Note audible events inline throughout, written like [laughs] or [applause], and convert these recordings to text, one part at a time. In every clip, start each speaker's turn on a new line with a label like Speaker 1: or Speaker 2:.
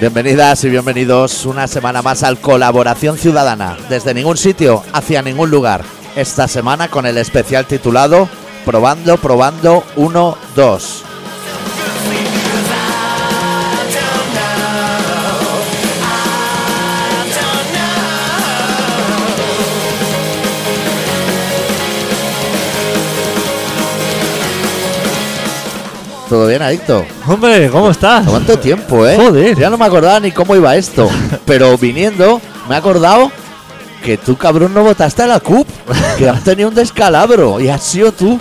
Speaker 1: Bienvenidas y bienvenidos una semana más al Colaboración Ciudadana, desde ningún sitio hacia ningún lugar. Esta semana con el especial titulado Probando, probando 1, 2. ¿Todo bien, Adicto?
Speaker 2: Hombre, ¿cómo
Speaker 1: Pues,
Speaker 2: estás?
Speaker 1: ¿Cuánto tiempo, eh?
Speaker 2: Joder.
Speaker 1: Ya no me acordaba ni cómo iba esto. Pero viniendo, me he acordado que tú, cabrón, no votaste a la CUP. Que has tenido un descalabro. Y has sido tú.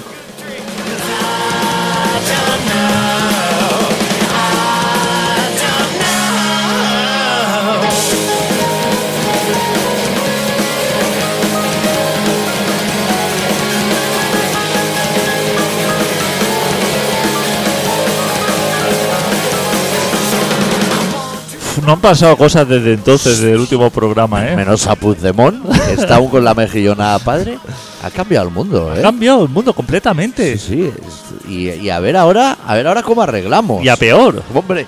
Speaker 2: No han pasado cosas desde entonces, desde el último programa, ¿eh?
Speaker 1: Menos a Puigdemont, que está aún con la mejillona padre. Ha cambiado el mundo,
Speaker 2: Ha
Speaker 1: ¿eh?
Speaker 2: cambiado el mundo completamente.
Speaker 1: Sí, sí. es- Y, y a ver ahora, a ver ahora cómo arreglamos.
Speaker 2: Y a peor.
Speaker 1: Hombre.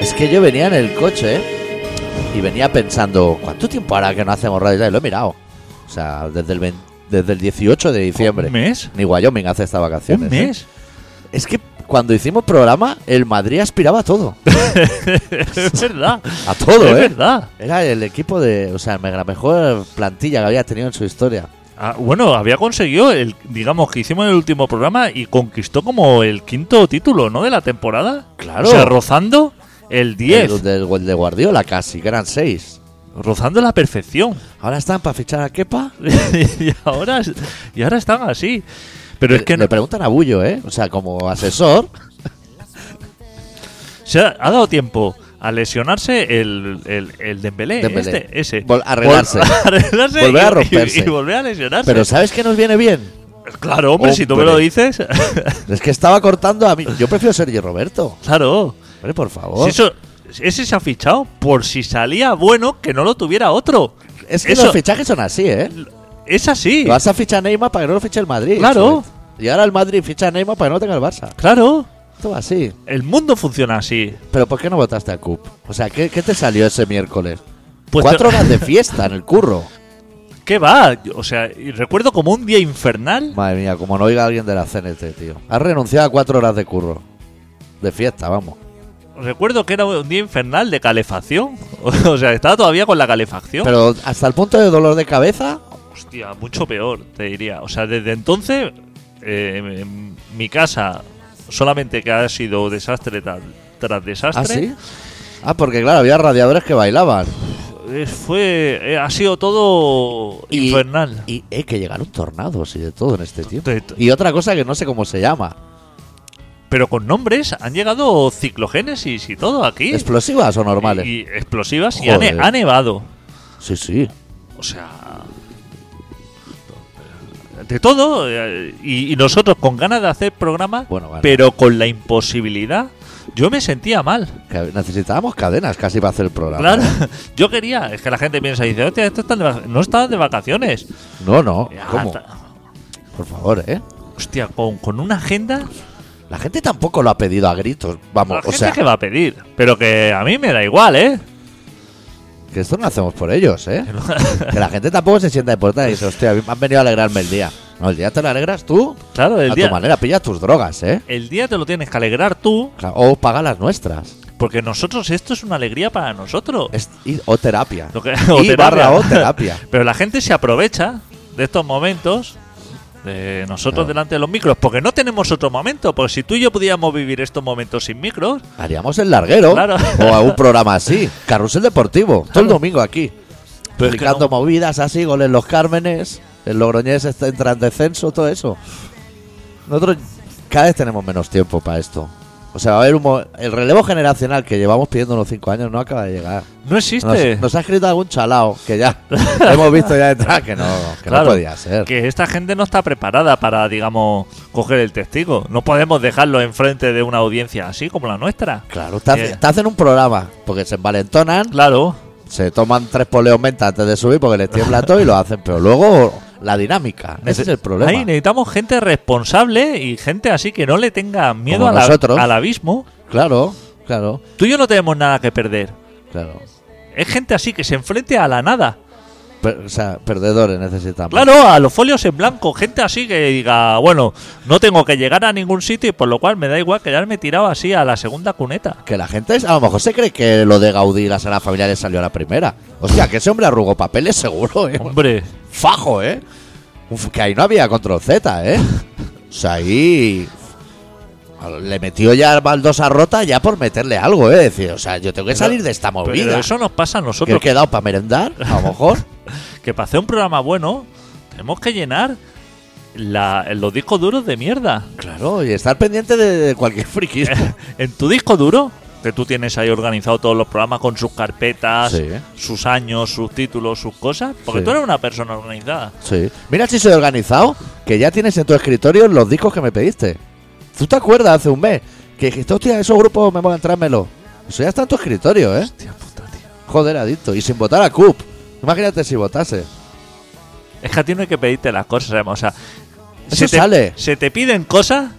Speaker 1: Es que yo venía en el coche ¿eh? y venía pensando, ¿cuánto tiempo hará que no hacemos radio? ya? Y lo he mirado. O sea, desde el, 20 desde el 18 de diciembre.
Speaker 2: ¿Un mes?
Speaker 1: Ni Wyoming hace estas
Speaker 2: ¿Un
Speaker 1: vacaciones. ¿eh?
Speaker 2: mes? [laughs]
Speaker 1: Es que cuando hicimos programa, el Madrid aspiraba a todo.
Speaker 2: es verdad.
Speaker 1: A todo,
Speaker 2: es
Speaker 1: ¿eh?
Speaker 2: [laughs] verdad.
Speaker 1: Era el equipo de. O sea, la mejor plantilla que había tenido en su historia.
Speaker 2: Ah, bueno, había conseguido, el, digamos, que hicimos en el último programa y conquistó como el quinto título, ¿no? De la temporada.
Speaker 1: Claro.
Speaker 2: O sea, rozando el 10.
Speaker 1: El del gol de Guardiola casi, que eran seis.
Speaker 2: Rozando la perfección. [laughs]
Speaker 1: Ahora están para fichar a Kepa.
Speaker 2: y, ahora, y ahora están así. Pero es que
Speaker 1: Le
Speaker 2: no,
Speaker 1: preguntan a Bullo, ¿eh? O sea, como
Speaker 2: [laughs]
Speaker 1: asesor.
Speaker 2: se ha, ha dado tiempo a lesionarse el, el, el Dembélé,
Speaker 1: Dembélé.
Speaker 2: este, ese.
Speaker 1: Vol- arreglarse.
Speaker 2: Vol- [laughs] arreglarse
Speaker 1: Volver a
Speaker 2: y- y-
Speaker 1: romperse.
Speaker 2: Y, volver a lesionarse.
Speaker 1: Pero ¿sabes qué nos viene bien?
Speaker 2: claro, hombre, si tú me
Speaker 1: Hombre.
Speaker 2: lo dices. [laughs]
Speaker 1: Es que estaba cortando a mí. Yo prefiero Sergi Roberto.
Speaker 2: claro.
Speaker 1: Hombre, por favor.
Speaker 2: Si eso, ese se ha fichado por si salía bueno que no lo tuviera otro.
Speaker 1: es que
Speaker 2: eso-
Speaker 1: los fichajes son así, ¿eh?
Speaker 2: Es así.
Speaker 1: Lo Vas a fichar a Neymar para que no lo fiche el Madrid.
Speaker 2: Claro.
Speaker 1: ¿sabes? Y ahora el Madrid ficha a Neymar para que no lo tenga el Barça.
Speaker 2: Claro.
Speaker 1: Esto va así.
Speaker 2: El mundo funciona así.
Speaker 1: ¿Pero por qué no votaste a Cup? O sea, ¿qué, qué te salió ese miércoles?
Speaker 2: Pues
Speaker 1: Cuatro
Speaker 2: te-
Speaker 1: horas
Speaker 2: [laughs]
Speaker 1: de fiesta en el curro.
Speaker 2: ¿Qué va? O sea, y recuerdo como un día infernal.
Speaker 1: Madre mía, como no oiga alguien de la CNT, tío. Has renunciado a cuatro horas de curro. De fiesta, vamos.
Speaker 2: Recuerdo que era un día infernal de calefacción. [laughs] O sea, estaba todavía con la calefacción.
Speaker 1: Pero hasta el punto de dolor de cabeza,
Speaker 2: Hostia, mucho peor, te diría. O sea, desde entonces, eh, en mi casa solamente que ha sido desastre tras, tras
Speaker 1: ¿ah,
Speaker 2: desastre.
Speaker 1: sí? Ah, porque claro, había radiadores que bailaban.
Speaker 2: eh, Fue, eh, ha sido todo
Speaker 1: Y-
Speaker 2: infernal.
Speaker 1: Y eh, que llegaron tornados y de todo en este tiempo.
Speaker 2: Te- te-
Speaker 1: Y otra cosa que no sé cómo se llama.
Speaker 2: Pero con nombres han llegado ciclogénesis y todo aquí.
Speaker 1: ¿Explosivas o normales?
Speaker 2: Y, y explosivas y ha, ne-
Speaker 1: Joder.
Speaker 2: ha nevado.
Speaker 1: Sí, sí.
Speaker 2: O sea. De todo. eh, Y, y nosotros con ganas de hacer programa,
Speaker 1: Bueno, vale.
Speaker 2: pero con la imposibilidad. Yo me sentía mal.
Speaker 1: Que necesitábamos cadenas casi para hacer el programa.
Speaker 2: Claro, [laughs] yo quería. Es que la gente piensa y dice, hostia, esto están de vac- no están de vacaciones.
Speaker 1: No, no.
Speaker 2: Ya,
Speaker 1: ¿Cómo?
Speaker 2: ta-
Speaker 1: Por favor, ¿eh?
Speaker 2: Hostia, con, con una agenda,
Speaker 1: La gente tampoco lo ha pedido a gritos. Vamos,
Speaker 2: la
Speaker 1: o
Speaker 2: gente
Speaker 1: sea,
Speaker 2: que va a pedir. Pero que a mí me da igual, ¿eh?
Speaker 1: que esto no lo hacemos por ellos, ¿eh? que la gente tampoco se sienta importante y dice, hostia, me han venido a alegrarme el día. No, el día te lo alegras tú.
Speaker 2: Claro, el
Speaker 1: a tu
Speaker 2: día,
Speaker 1: manera, pilla tus drogas, ¿eh?
Speaker 2: el día te lo tienes que alegrar tú,
Speaker 1: Claro, O paga las nuestras.
Speaker 2: porque nosotros esto es una alegría para nosotros.
Speaker 1: Es- y- o
Speaker 2: [laughs]
Speaker 1: terapia.
Speaker 2: Lo que-
Speaker 1: y
Speaker 2: terapia.
Speaker 1: barra o terapia.
Speaker 2: [laughs] Pero la gente se aprovecha de estos momentos de nosotros
Speaker 1: Claro.
Speaker 2: delante de los micros, porque no tenemos otro momento. Porque si tú y yo pudiéramos vivir estos momentos sin micros,
Speaker 1: Haríamos el larguero
Speaker 2: Claro.
Speaker 1: o algún programa así. Carrusel deportivo, todo el domingo aquí.
Speaker 2: Pero es que
Speaker 1: Explicando
Speaker 2: no.
Speaker 1: movidas así, goles los Cármenes, el Logroñés este, está- entra en descenso, todo eso. Nosotros cada vez tenemos menos tiempo para esto. O sea, va a haber un mo- el relevo generacional que llevamos pidiendo unos 5 años no acaba de llegar.
Speaker 2: No
Speaker 1: Nos,
Speaker 2: existe.
Speaker 1: nos ha escrito algún chalao que
Speaker 2: [laughs]
Speaker 1: ya hemos visto ya detrás que no, que
Speaker 2: Claro,
Speaker 1: no podía ser.
Speaker 2: Que esta gente no está preparada para, digamos, coger el testigo. No podemos dejarlo enfrente de una audiencia así como la nuestra.
Speaker 1: Claro, te, hace-
Speaker 2: Eh.
Speaker 1: te hacen un programa porque se envalentonan,
Speaker 2: Claro,
Speaker 1: se toman tres poleos menta antes de subir porque les tiembla todo y lo hacen, pero luego la dinámica, ese es el problema.
Speaker 2: Ahí necesitamos gente responsable y gente así que no le tenga miedo
Speaker 1: Como
Speaker 2: a la-
Speaker 1: nosotros.
Speaker 2: al abismo.
Speaker 1: Claro, claro,
Speaker 2: Tú y yo no tenemos nada que perder.
Speaker 1: claro.
Speaker 2: Es gente así que se enfrente a la nada.
Speaker 1: Per- o sea, perdedores necesitamos.
Speaker 2: Claro, a los folios en blanco. Gente así que diga, bueno, no tengo que llegar a ningún sitio y por lo cual me da igual quedarme tirado así a la segunda cuneta.
Speaker 1: Que la gente es- a lo mejor se cree que lo de Gaudí y la sala familiar le salió a la primera. Hostia, que ese hombre arrugó papeles seguro, ¿eh?
Speaker 2: Hombre,
Speaker 1: Fajo, ¿eh? Uf, que ahí no había control Z, ¿eh? O sea, ahí le metió ya baldosa rota ya por meterle algo, ¿eh? Decir, o sea, yo tengo que salir de esta
Speaker 2: pero
Speaker 1: movida.
Speaker 2: eso nos pasa a
Speaker 1: Que he
Speaker 2: nosotros. Que,
Speaker 1: quedado para merendar, a lo mejor.
Speaker 2: para hacer un programa bueno, tenemos que llenar la- los discos duros de mierda.
Speaker 1: claro, y estar pendiente de, de cualquier
Speaker 2: [laughs]
Speaker 1: friki.
Speaker 2: en tu disco duro, que tú tienes ahí organizado todos los programas con sus carpetas,
Speaker 1: Sí.
Speaker 2: sus años, sus títulos, sus cosas, porque
Speaker 1: Sí.
Speaker 2: tú eres una persona organizada.
Speaker 1: Sí. Mira si soy organizado, que ya tienes en tu escritorio los discos que me pediste. ¿Tú te acuerdas hace un mes que dijiste, hostia, esos grupos me van a entrármelo? Eso ya está en tu escritorio, ¿eh?
Speaker 2: Hostia puta, tío.
Speaker 1: Joder, adicto. Y sin votar a CUP. Imagínate si votase.
Speaker 2: Es que a ti no hay que pedirte las cosas, Emma, o sea,
Speaker 1: Eso
Speaker 2: se te,
Speaker 1: sale.
Speaker 2: se te piden cosas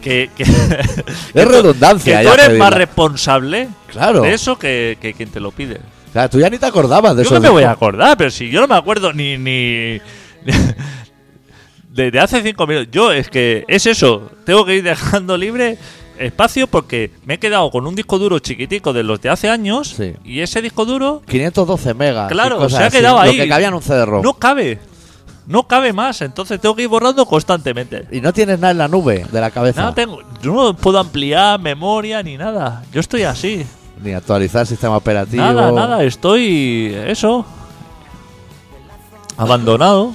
Speaker 2: que, que- que
Speaker 1: [laughs] Es
Speaker 2: tú-
Speaker 1: redundancia.
Speaker 2: que
Speaker 1: ya
Speaker 2: tú eres
Speaker 1: pedirla.
Speaker 2: más responsable
Speaker 1: Claro.
Speaker 2: de eso que, que quien te lo pide.
Speaker 1: O sea, tú ya ni te acordabas de
Speaker 2: Yo
Speaker 1: eso.
Speaker 2: no me voy a acordar, pero si yo no me acuerdo ni. ni [laughs] desde hace cinco minutos. Yo es que es eso. Tengo que ir dejando libre espacio porque me he quedado con un disco duro chiquitico de los de hace años.
Speaker 1: Sí.
Speaker 2: Y ese disco duro,
Speaker 1: 512 megas. y
Speaker 2: claro,
Speaker 1: cosas
Speaker 2: se ha
Speaker 1: así,
Speaker 2: quedado ahí.
Speaker 1: Lo que cabía en un CD-ROM.
Speaker 2: No cabe. No cabe más. Entonces tengo que ir borrando constantemente.
Speaker 1: Y no tienes nada en la nube de la cabeza.
Speaker 2: Nada tengo. Yo no puedo ampliar memoria ni nada. Yo estoy así.
Speaker 1: Ni actualizar sistema operativo.
Speaker 2: Nada, nada, estoy. Eso. Abandonado.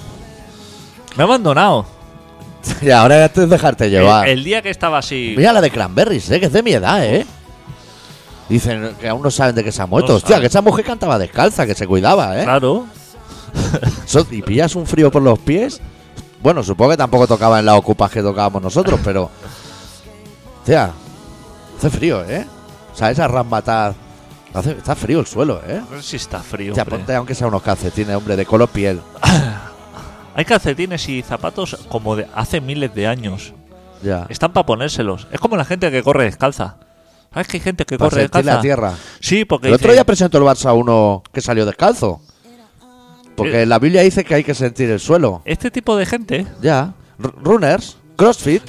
Speaker 2: Me he abandonado.
Speaker 1: [laughs] Y ahora ya te es
Speaker 2: Eh,
Speaker 1: dejarte llevar.
Speaker 2: El, el día que estaba así.
Speaker 1: Mira la de Cranberries, ¿eh? que es de mi edad, ¿eh? Dicen que aún no saben de qué se ha muerto.
Speaker 2: No
Speaker 1: Hostia,
Speaker 2: saben.
Speaker 1: que esa mujer cantaba descalza, que se cuidaba, ¿eh?
Speaker 2: Claro.
Speaker 1: So- y pillas un frío por los pies. Bueno, supongo que tampoco tocaba en las ocupas que tocábamos nosotros, pero. Hostia, hace frío, ¿eh? O sea, esa rasmatas. hace- está frío el suelo, ¿eh?
Speaker 2: A ver si está frío.
Speaker 1: Hostia,
Speaker 2: hombre.
Speaker 1: ponte aunque sea unos calcetines, hombre, de color piel.
Speaker 2: Hay calcetines y zapatos como de hace miles de años.
Speaker 1: Ya.
Speaker 2: Están para ponérselos. Es como la gente que corre descalza. ¿Sabes que hay gente que
Speaker 1: Para
Speaker 2: corre
Speaker 1: sentir
Speaker 2: descalza?
Speaker 1: la tierra.
Speaker 2: Sí, porque.
Speaker 1: El otro
Speaker 2: dice-
Speaker 1: día presentó el Barça uno que salió descalzo. Porque la Biblia dice que hay que sentir el suelo.
Speaker 2: Este tipo de gente.
Speaker 1: Ya. R- runners.
Speaker 2: [laughs]
Speaker 1: Crossfit.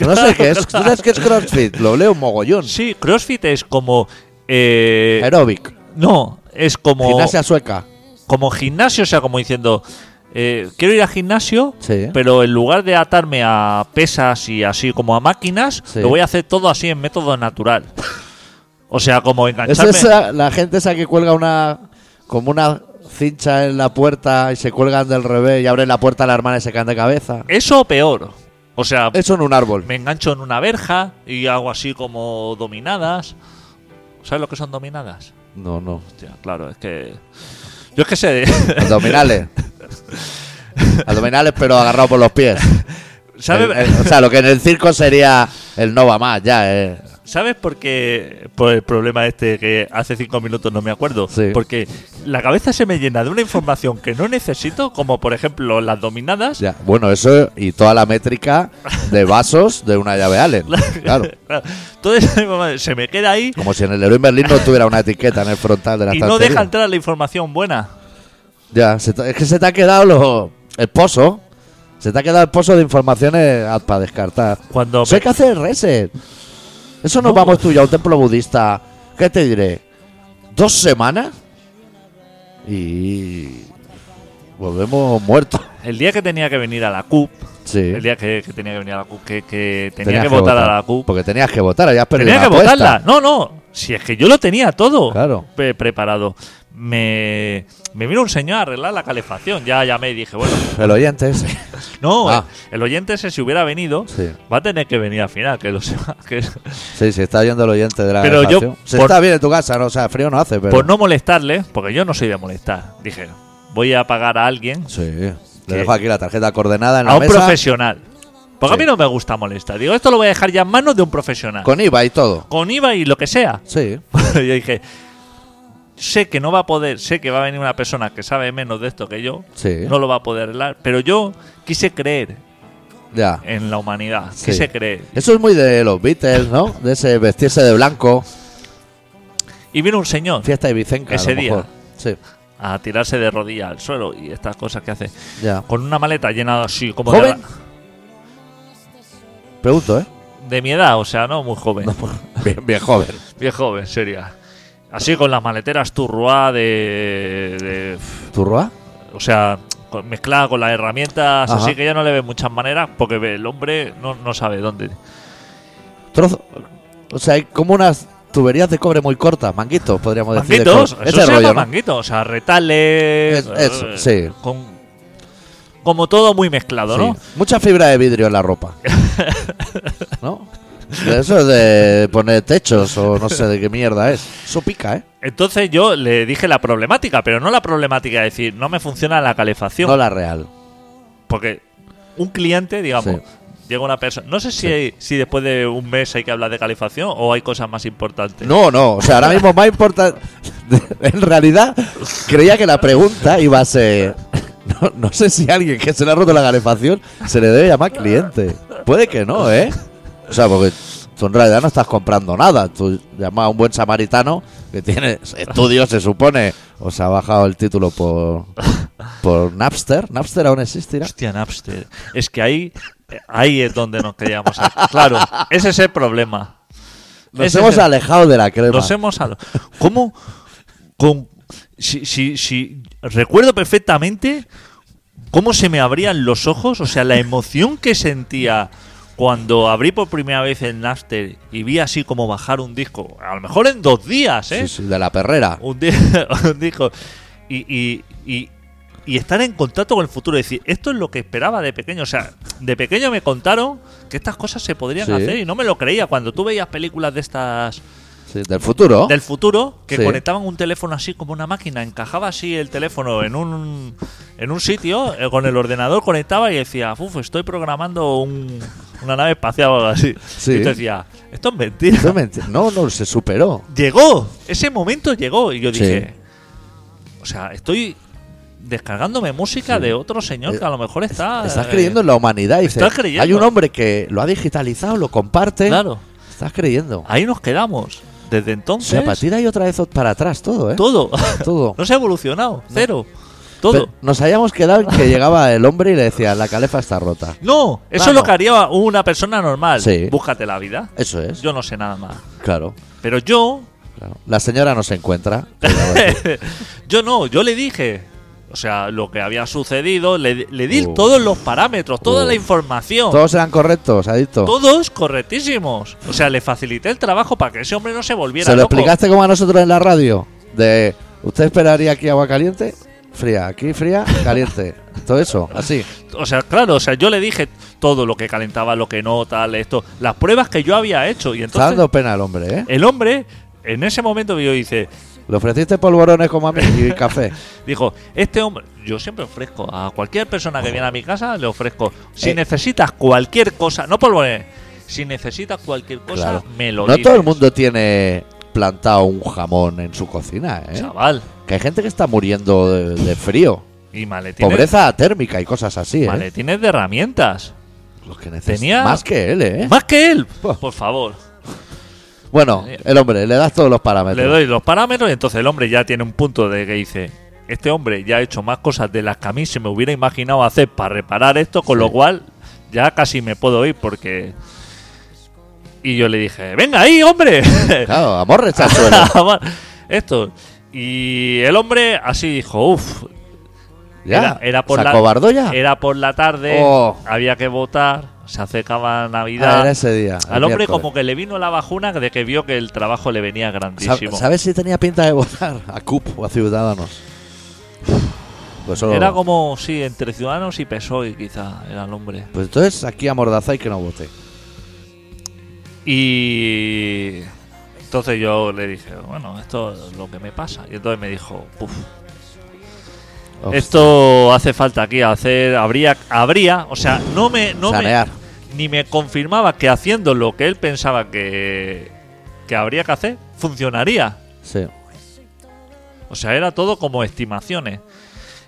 Speaker 1: no sé qué es. ¿Tú sabes qué es Crossfit? Lo leo un mogollón.
Speaker 2: Sí, CrossFit es como. eh,
Speaker 1: Aeróbic.
Speaker 2: no, es como.
Speaker 1: Gimnasia sueca.
Speaker 2: como gimnasio, o sea, como diciendo, eh, quiero ir al gimnasio,
Speaker 1: Sí.
Speaker 2: pero en lugar de atarme a pesas y así como a máquinas,
Speaker 1: Sí.
Speaker 2: lo voy a hacer todo así en método natural. O sea, como
Speaker 1: Es eh,
Speaker 2: engancharme.
Speaker 1: esa, la gente esa que cuelga una. como una cincha en la puerta y se cuelgan del revés y abren la puerta a la hermana y se caen de cabeza.
Speaker 2: Eso o peor. O sea,
Speaker 1: Eso en un árbol.
Speaker 2: me engancho en una verja y hago así como dominadas. ¿Sabes lo que son dominadas?
Speaker 1: No, no.
Speaker 2: Hostia, claro, es que. Yo es que sé. [laughs]
Speaker 1: Abdominales. Abdominales, pero agarrado por los pies.
Speaker 2: ¿Sabes?
Speaker 1: El- el- o sea, lo que en el circo sería el no va más, ya, eh.
Speaker 2: ¿Sabes por qué? Por el problema este que hace cinco minutos no me acuerdo.
Speaker 1: Sí.
Speaker 2: Porque la cabeza se me llena de una información que no necesito, como por ejemplo las dominadas.
Speaker 1: Ya. Bueno, eso y toda la métrica de vasos de una llave
Speaker 2: [laughs]
Speaker 1: Allen. Claro.
Speaker 2: Todo eso mamá, se me queda ahí
Speaker 1: Como si en el Heroin Berlín no tuviera una etiqueta en el frontal de la
Speaker 2: y no
Speaker 1: estantería.
Speaker 2: deja entrar la información buena.
Speaker 1: Ya, se te- es que se te ha quedado lo- el pozo. Se te ha quedado el pozo de informaciones para descartar.
Speaker 2: Cuando
Speaker 1: Eso
Speaker 2: me-
Speaker 1: hay que hacer reset. Eso nos
Speaker 2: No.
Speaker 1: vamos tú y yo a un templo budista. ¿Qué te diré? ¿Dos semanas? Y. Volvemos muertos.
Speaker 2: el día que tenía que venir a la CUP,
Speaker 1: Sí.
Speaker 2: el día que, que tenía que venir a la CUP, que, que tenía
Speaker 1: Tenías
Speaker 2: que, votar, a la CUP,
Speaker 1: Porque tenías que votar, habías perdido
Speaker 2: tenía que
Speaker 1: la apuesta.
Speaker 2: votarla. No, no, si es que yo lo tenía todo
Speaker 1: Claro.
Speaker 2: pre- preparado. me, me vino un señor a arreglar la calefacción. Ya llamé y dije, bueno,
Speaker 1: El oyente ese.
Speaker 2: no,
Speaker 1: Ah.
Speaker 2: el oyente ese si hubiera venido,
Speaker 1: Sí.
Speaker 2: va a tener que venir al final, que lo sepa. que-
Speaker 1: Sí, sí, está oyendo el oyente de la
Speaker 2: Pero yo,
Speaker 1: grabación. Se
Speaker 2: por-
Speaker 1: está bien en tu casa, ¿no? o sea, frío no hace, pero...
Speaker 2: Por no molestarle, porque yo no soy de molestar, dije, voy a pagar a alguien,
Speaker 1: Sí, le
Speaker 2: ¿Qué?
Speaker 1: dejo aquí la tarjeta coordenada en la
Speaker 2: a un
Speaker 1: mesa.
Speaker 2: profesional. Porque a
Speaker 1: Sí.
Speaker 2: mí no me gusta molestar. Digo, esto lo voy a dejar ya en manos de un profesional.
Speaker 1: Con IVA y todo.
Speaker 2: con IVA y lo que sea. [laughs]
Speaker 1: Sí.
Speaker 2: yo dije, sé que no va a poder, sé que va a venir una persona que sabe menos de esto que yo,
Speaker 1: Sí.
Speaker 2: no lo va a poder arreglar, pero yo quise creer
Speaker 1: Ya.
Speaker 2: en la humanidad,
Speaker 1: Sí.
Speaker 2: quise creer.
Speaker 1: Eso es muy de los Beatles, ¿no? De ese vestirse de blanco,
Speaker 2: Y vino un señor
Speaker 1: fiesta de Vicenca. a lo
Speaker 2: Ese día.
Speaker 1: mejor. Sí,
Speaker 2: a tirarse de rodillas al suelo y estas cosas que hace,
Speaker 1: ya.
Speaker 2: con una maleta llena así como de,
Speaker 1: ¿Joven?
Speaker 2: la-
Speaker 1: Pregunto, ¿eh?
Speaker 2: de mi edad, o sea, no muy joven,
Speaker 1: pues Bien, bien joven.
Speaker 2: bien joven sería. Así con las maleteras turruá de- de
Speaker 1: ¿Turroa?
Speaker 2: O sea, con- mezclada con las herramientas,
Speaker 1: Ajá.
Speaker 2: así que ya no le ven muchas maneras porque ve, el hombre no, no sabe dónde.
Speaker 1: Trozo. O sea, hay como unas tuberías de cobre muy cortas, manguitos, podríamos decir. de
Speaker 2: Manguitos,
Speaker 1: cobre. Ese
Speaker 2: eso se
Speaker 1: Este rollo,
Speaker 2: llama
Speaker 1: ¿no?
Speaker 2: manguitos, o sea,
Speaker 1: Es-
Speaker 2: retales.
Speaker 1: es-
Speaker 2: eh,
Speaker 1: sí.
Speaker 2: con- como todo muy mezclado, ¿no?
Speaker 1: Sí. Mucha fibra de vidrio en la ropa. ¿No? Eso es de poner techos o no sé de qué mierda es. Eso pica, ¿eh?
Speaker 2: Entonces yo le dije la problemática, pero no la problemática de decir, no me funciona la calefacción.
Speaker 1: No la real.
Speaker 2: Porque un cliente, digamos,
Speaker 1: Sí.
Speaker 2: llega una persona. No sé si, hay- si después de un mes hay que hablar de calefacción o hay cosas más importantes.
Speaker 1: No, no, o sea, ahora mismo más importante. [laughs] En realidad, creía que la pregunta iba a ser. [laughs] No, no sé si alguien que se le ha roto la calefacción se le debe llamar cliente. Puede que no, ¿eh? O sea, porque tú en realidad no estás comprando nada. Tú llamas a un buen samaritano que tiene estudios, se supone. O se ha bajado el título por, por Napster. Napster aún existirá.
Speaker 2: Hostia, Napster. Es que ahí, ahí es donde nos queríamos. Claro, ese es el problema.
Speaker 1: Nos
Speaker 2: Ese
Speaker 1: hemos
Speaker 2: es el-
Speaker 1: alejado de la crema.
Speaker 2: Nos hemos ¿eh? alejado. ¿Cómo? Con, si, si, si- recuerdo perfectamente cómo se me abrían los ojos, o sea, la emoción que sentía cuando abrí por primera vez el Napster y vi así como bajar un disco, a lo mejor en dos días, ¿eh?
Speaker 1: Sí, sí, de la perrera.
Speaker 2: un, di- [laughs] un disco y, y- y- y estar en contacto con el futuro. Es decir, esto es lo que esperaba de pequeño. O sea, de pequeño me contaron que estas cosas se podrían
Speaker 1: Sí.
Speaker 2: hacer y no me lo creía. Cuando tú veías películas de estas
Speaker 1: Sí, del futuro.
Speaker 2: del futuro que
Speaker 1: Oh. Sí.
Speaker 2: conectaban un teléfono así como una máquina, encajaba así el teléfono en un, en un sitio, eh, con el ordenador conectaba y decía, uff, estoy programando un- una nave espacial o algo así.
Speaker 1: Sí.
Speaker 2: Y tú decías, esto es mentira.
Speaker 1: Eso me enti- No, no, se superó.
Speaker 2: Llegó, ese momento llegó. Y yo
Speaker 1: Sí.
Speaker 2: dije, o sea, estoy descargándome música de otro señor que a lo mejor está.
Speaker 1: Eh, Estás
Speaker 2: eh,
Speaker 1: creyendo en la humanidad. y
Speaker 2: estás
Speaker 1: dices,
Speaker 2: creyendo.
Speaker 1: Hay un hombre que lo ha digitalizado, lo comparte.
Speaker 2: Claro, Ah,
Speaker 1: Estás creyendo.
Speaker 2: ahí nos quedamos. Desde
Speaker 1: O
Speaker 2: entonces,
Speaker 1: sea, para ti hay otra vez para atrás todo, ¿eh? [laughs]
Speaker 2: todo.
Speaker 1: Todo.
Speaker 2: no se ha evolucionado, cero.
Speaker 1: Pero
Speaker 2: Todo.
Speaker 1: nos habíamos quedado en que llegaba el hombre y le decía, la calefa está rota.
Speaker 2: no, eso
Speaker 1: Claro.
Speaker 2: es lo que haría una persona normal.
Speaker 1: Sí.
Speaker 2: Búscate la vida.
Speaker 1: Eso es.
Speaker 2: Yo no sé nada más.
Speaker 1: Claro,
Speaker 2: Pero yo [laughs]
Speaker 1: claro. La señora no se encuentra.
Speaker 2: yo no, yo le dije. O sea, lo que había sucedido, le, le di
Speaker 1: Oh.
Speaker 2: todos los parámetros, toda
Speaker 1: Oh.
Speaker 2: la
Speaker 1: [laughs]
Speaker 2: información.
Speaker 1: Todos eran correctos, adicto.
Speaker 2: Todos correctísimos. O sea, le facilité el trabajo para que ese hombre no se volviera
Speaker 1: ¿Se lo
Speaker 2: loco.
Speaker 1: explicaste como a nosotros en la radio? De, ¿usted esperaría aquí agua caliente? Fría, aquí fría, caliente. Todo eso, así.
Speaker 2: O sea, claro, o sea, yo le dije todo lo que calentaba, lo que no, tal, esto, las pruebas que yo había hecho. Y
Speaker 1: Está
Speaker 2: entonces
Speaker 1: dando pena al hombre, ¿eh?
Speaker 2: el hombre, en ese momento que yo hice,
Speaker 1: Le ofreciste polvorones como a mí y café.
Speaker 2: dijo, este hombre, yo siempre ofrezco a cualquier persona que viene a mi casa, le ofrezco, si
Speaker 1: Eh.
Speaker 2: necesitas cualquier cosa, no polvoré, si necesitas cualquier cosa,
Speaker 1: Claro.
Speaker 2: me lo
Speaker 1: No
Speaker 2: dices.
Speaker 1: todo el mundo tiene plantado un jamón en su cocina, ¿eh?
Speaker 2: Chaval,
Speaker 1: Que hay gente que está muriendo de, de frío.
Speaker 2: y maletines,
Speaker 1: Pobreza térmica y cosas así, ¿eh?
Speaker 2: maletines de herramientas.
Speaker 1: Los que necesitan.
Speaker 2: Tenía-
Speaker 1: Más que él, ¿eh?
Speaker 2: Más que él,
Speaker 1: Buah.
Speaker 2: por favor.
Speaker 1: Bueno, el hombre, le das todos los parámetros.
Speaker 2: Le doy los parámetros y entonces el hombre ya tiene un punto de que dice, este hombre ya ha hecho más cosas de las que a mí se me hubiera imaginado hacer para reparar esto, con
Speaker 1: Sí.
Speaker 2: lo cual ya casi me puedo ir porque... Y yo le dije, venga ahí, hombre. [laughs]
Speaker 1: Claro, amor está al suelo.
Speaker 2: Esto. Y el hombre así dijo, uff,
Speaker 1: Ya,
Speaker 2: Era, era por
Speaker 1: ¿se
Speaker 2: la,
Speaker 1: acobardó ya?
Speaker 2: Era por la tarde,
Speaker 1: Ah. Oh.
Speaker 2: había que votar, se acercaba Navidad.
Speaker 1: Ah, era ese día. el
Speaker 2: Al hombre
Speaker 1: miércoles.
Speaker 2: como que le vino la bajuna de que vio que el trabajo le venía
Speaker 1: Sa-
Speaker 2: grandísimo.
Speaker 1: ¿Sabes si tenía pinta de votar a CUP o a Ciudadanos? Pues solo-
Speaker 2: Era como, sí, entre Ciudadanos y PSOE E quizá era el hombre.
Speaker 1: Pues entonces aquí amordaza y que no vote.
Speaker 2: Y entonces yo le dije, bueno, esto es lo que me pasa. Y entonces me dijo, "Puf,
Speaker 1: Hostia.
Speaker 2: Este esto hace falta aquí hacer, habría, habría, o sea, no me, no me,
Speaker 1: Sanear.
Speaker 2: ni me confirmaba que haciendo lo que él pensaba que, que habría que hacer, funcionaría.
Speaker 1: Sí.
Speaker 2: O sea, era todo como estimaciones.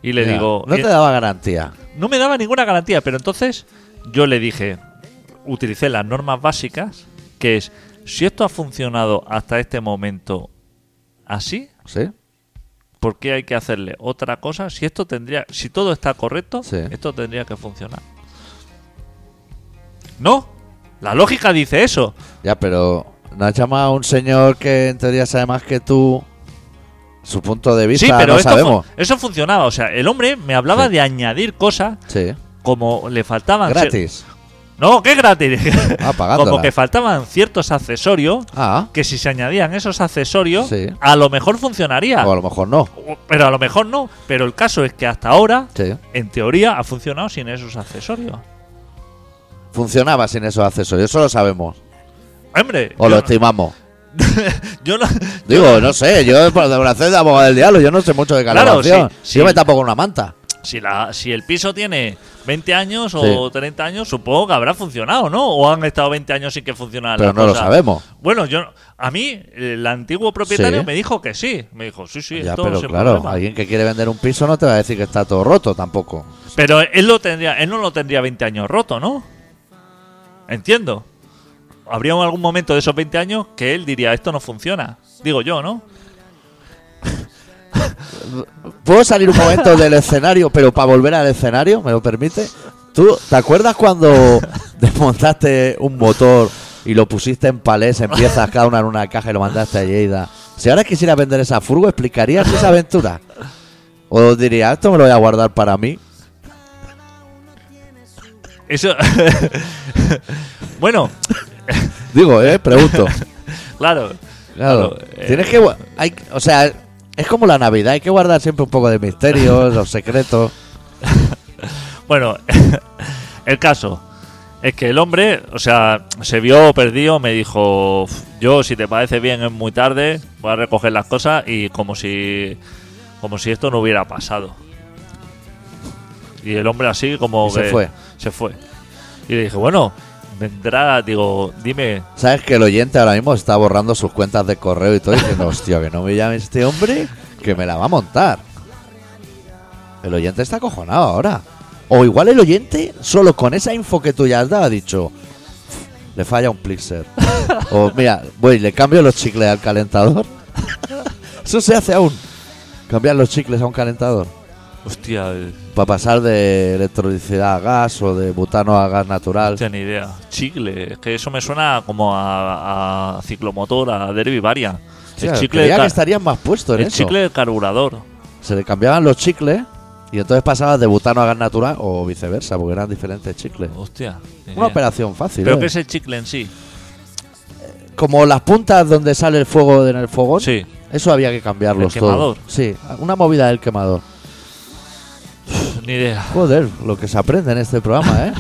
Speaker 2: Y le
Speaker 1: Ya.
Speaker 2: digo,
Speaker 1: No
Speaker 2: "Eh,
Speaker 1: te daba garantía.
Speaker 2: no me daba ninguna garantía, pero entonces yo le dije, utilicé las normas básicas, que es, si esto ha funcionado hasta este momento así,
Speaker 1: ¿Sí?
Speaker 2: ¿por qué hay que hacerle otra cosa? Si esto tendría, si todo está correcto,
Speaker 1: Sí.
Speaker 2: esto tendría que funcionar. No, la lógica dice eso.
Speaker 1: Ya, pero ¿no has llamado a un señor que en teoría sabe más que tú? Su punto de vista
Speaker 2: sí, pero
Speaker 1: no
Speaker 2: esto
Speaker 1: sabemos.
Speaker 2: fu- eso funcionaba. O sea, el hombre me hablaba
Speaker 1: Sí.
Speaker 2: de añadir cosas
Speaker 1: Sí.
Speaker 2: como le faltaban. cier-
Speaker 1: Gratis.
Speaker 2: No, que gratis.
Speaker 1: [laughs] Ah, pagándola.
Speaker 2: como que faltaban ciertos accesorios
Speaker 1: Ah,
Speaker 2: que si se añadían esos accesorios,
Speaker 1: Sí.
Speaker 2: a lo mejor funcionaría.
Speaker 1: o a lo mejor no.
Speaker 2: O- Pero a lo mejor no. Pero el caso es que hasta ahora,
Speaker 1: Sí.
Speaker 2: en teoría, ha funcionado sin esos accesorios.
Speaker 1: Funcionaba sin esos accesorios, eso lo sabemos.
Speaker 2: Hombre,
Speaker 1: O lo
Speaker 2: yo,
Speaker 1: estimamos.
Speaker 2: [laughs] yo no-
Speaker 1: Digo, no sé, yo por hacer de abogado del diablo, yo no sé mucho de
Speaker 2: Claro,
Speaker 1: calabación.
Speaker 2: sí,
Speaker 1: Yo
Speaker 2: sí.
Speaker 1: me tapo con una manta.
Speaker 2: si, la, si el piso tiene 20 años o 30 años, supongo que habrá funcionado, ¿no? O han estado 20 años sin que funcionara
Speaker 1: Pero
Speaker 2: la
Speaker 1: no lo
Speaker 2: cosa.
Speaker 1: sabemos.
Speaker 2: Bueno, yo a mí el antiguo propietario
Speaker 1: Sí.
Speaker 2: me dijo que sí. Me dijo, sí, sí,
Speaker 1: ya,
Speaker 2: esto
Speaker 1: pero
Speaker 2: sin
Speaker 1: claro,
Speaker 2: problema.
Speaker 1: alguien que quiere vender un piso no te va a decir que está todo roto tampoco.
Speaker 2: Pero él lo tendría, él no lo tendría 20 años roto, ¿no? Entiendo. Habría algún momento de esos 20 años que él diría, esto no funciona. Digo yo, ¿no?
Speaker 1: ¿Puedo salir un momento del escenario, pero para volver al escenario, me lo permite? ¿Tú te acuerdas cuando [laughs] desmontaste un motor y lo pusiste en palés, en piezas cada una en una caja y lo mandaste a Lleida? Si ahora quisiera vender esa furgo, ¿explicarías esa aventura? ¿O diría, esto me lo voy a guardar para mí?
Speaker 2: Eso. [laughs] bueno,
Speaker 1: Digo, eh, pregunto.
Speaker 2: claro.
Speaker 1: Claro.
Speaker 2: Claro, eh.
Speaker 1: Tienes que. gua- Hay, o sea, es como la Navidad, hay que guardar siempre un poco de misterios, los secretos.
Speaker 2: Bueno, [laughs] el caso es que el hombre, o sea, se vio perdido, me dijo, "Uf, yo si te parece bien es muy tarde, voy a recoger las cosas y como si, como si esto no hubiera pasado. Y el hombre así como
Speaker 1: Y se
Speaker 2: que
Speaker 1: fue.
Speaker 2: se fue. Y le dije, bueno, vendrá, digo, dime,
Speaker 1: ¿Sabes que el oyente ahora mismo está borrando sus cuentas de correo y todo diciendo, hostia, que no me llame este hombre, que me la va a montar? El oyente está acojonado ahora. O igual el oyente, solo con esa info que tú ya has dado, ha dicho, le falla un plixer. o mira, voy, le cambio los chicles al calentador. [laughs] Eso se hace aún. Cambiar los chicles a un calentador.
Speaker 2: hostia, eh,
Speaker 1: Para pasar de electricidad a gas o de butano a gas natural.
Speaker 2: no tengo ni idea, chicle, es que eso me suena como a, a ciclomotor, a derby varia.
Speaker 1: Hostia,
Speaker 2: el chicle,
Speaker 1: creía
Speaker 2: ca-
Speaker 1: que estarían más puestos en
Speaker 2: el
Speaker 1: eso.
Speaker 2: chicle del carburador.
Speaker 1: Se le cambiaban los chicles y entonces pasabas de butano a gas natural o viceversa, porque eran diferentes chicles.
Speaker 2: Hostia. ni
Speaker 1: Una
Speaker 2: idea.
Speaker 1: operación fácil.
Speaker 2: Pero
Speaker 1: ¿eh?
Speaker 2: que es el chicle en sí.
Speaker 1: Como las puntas donde sale el fuego en el fogón,
Speaker 2: Sí.
Speaker 1: eso había que cambiarlos
Speaker 2: El quemador.
Speaker 1: todo. Sí, una movida del quemador.
Speaker 2: Ni idea.
Speaker 1: Joder, lo que se aprende en este programa, ¿eh?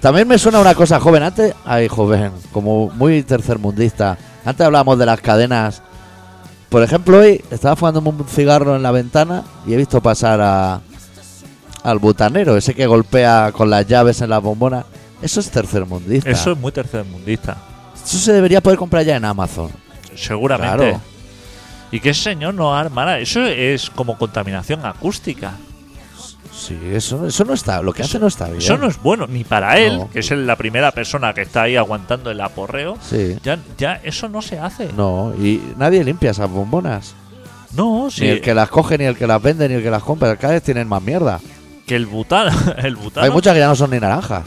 Speaker 1: También me suena una cosa joven antes, ay joven, como muy tercermundista. Antes hablábamos de las cadenas. Por ejemplo, hoy estaba fumándome un cigarro en la ventana y he visto pasar a al butanero, ese que golpea con las llaves en las bombonas. Eso es tercermundista.
Speaker 2: Eso es muy tercermundista.
Speaker 1: Eso se debería poder comprar ya en Amazon.
Speaker 2: Seguramente.
Speaker 1: Claro.
Speaker 2: Y que ese señor no armara. Eso es como contaminación acústica.
Speaker 1: Sí, eso, eso no está, lo que hace no está bien.
Speaker 2: Eso no es bueno ni para él,
Speaker 1: No.
Speaker 2: que es el- la primera persona que está ahí aguantando el aporreo.
Speaker 1: Sí.
Speaker 2: Ya, ya eso no se hace.
Speaker 1: No, y nadie limpia esas bombonas.
Speaker 2: No, sí.
Speaker 1: Ni el que las coge, ni el que las vende, ni el que las compra. Cada vez tienen más mierda.
Speaker 2: que el butano. [laughs] El butano
Speaker 1: Hay muchas que ya no son ni naranjas.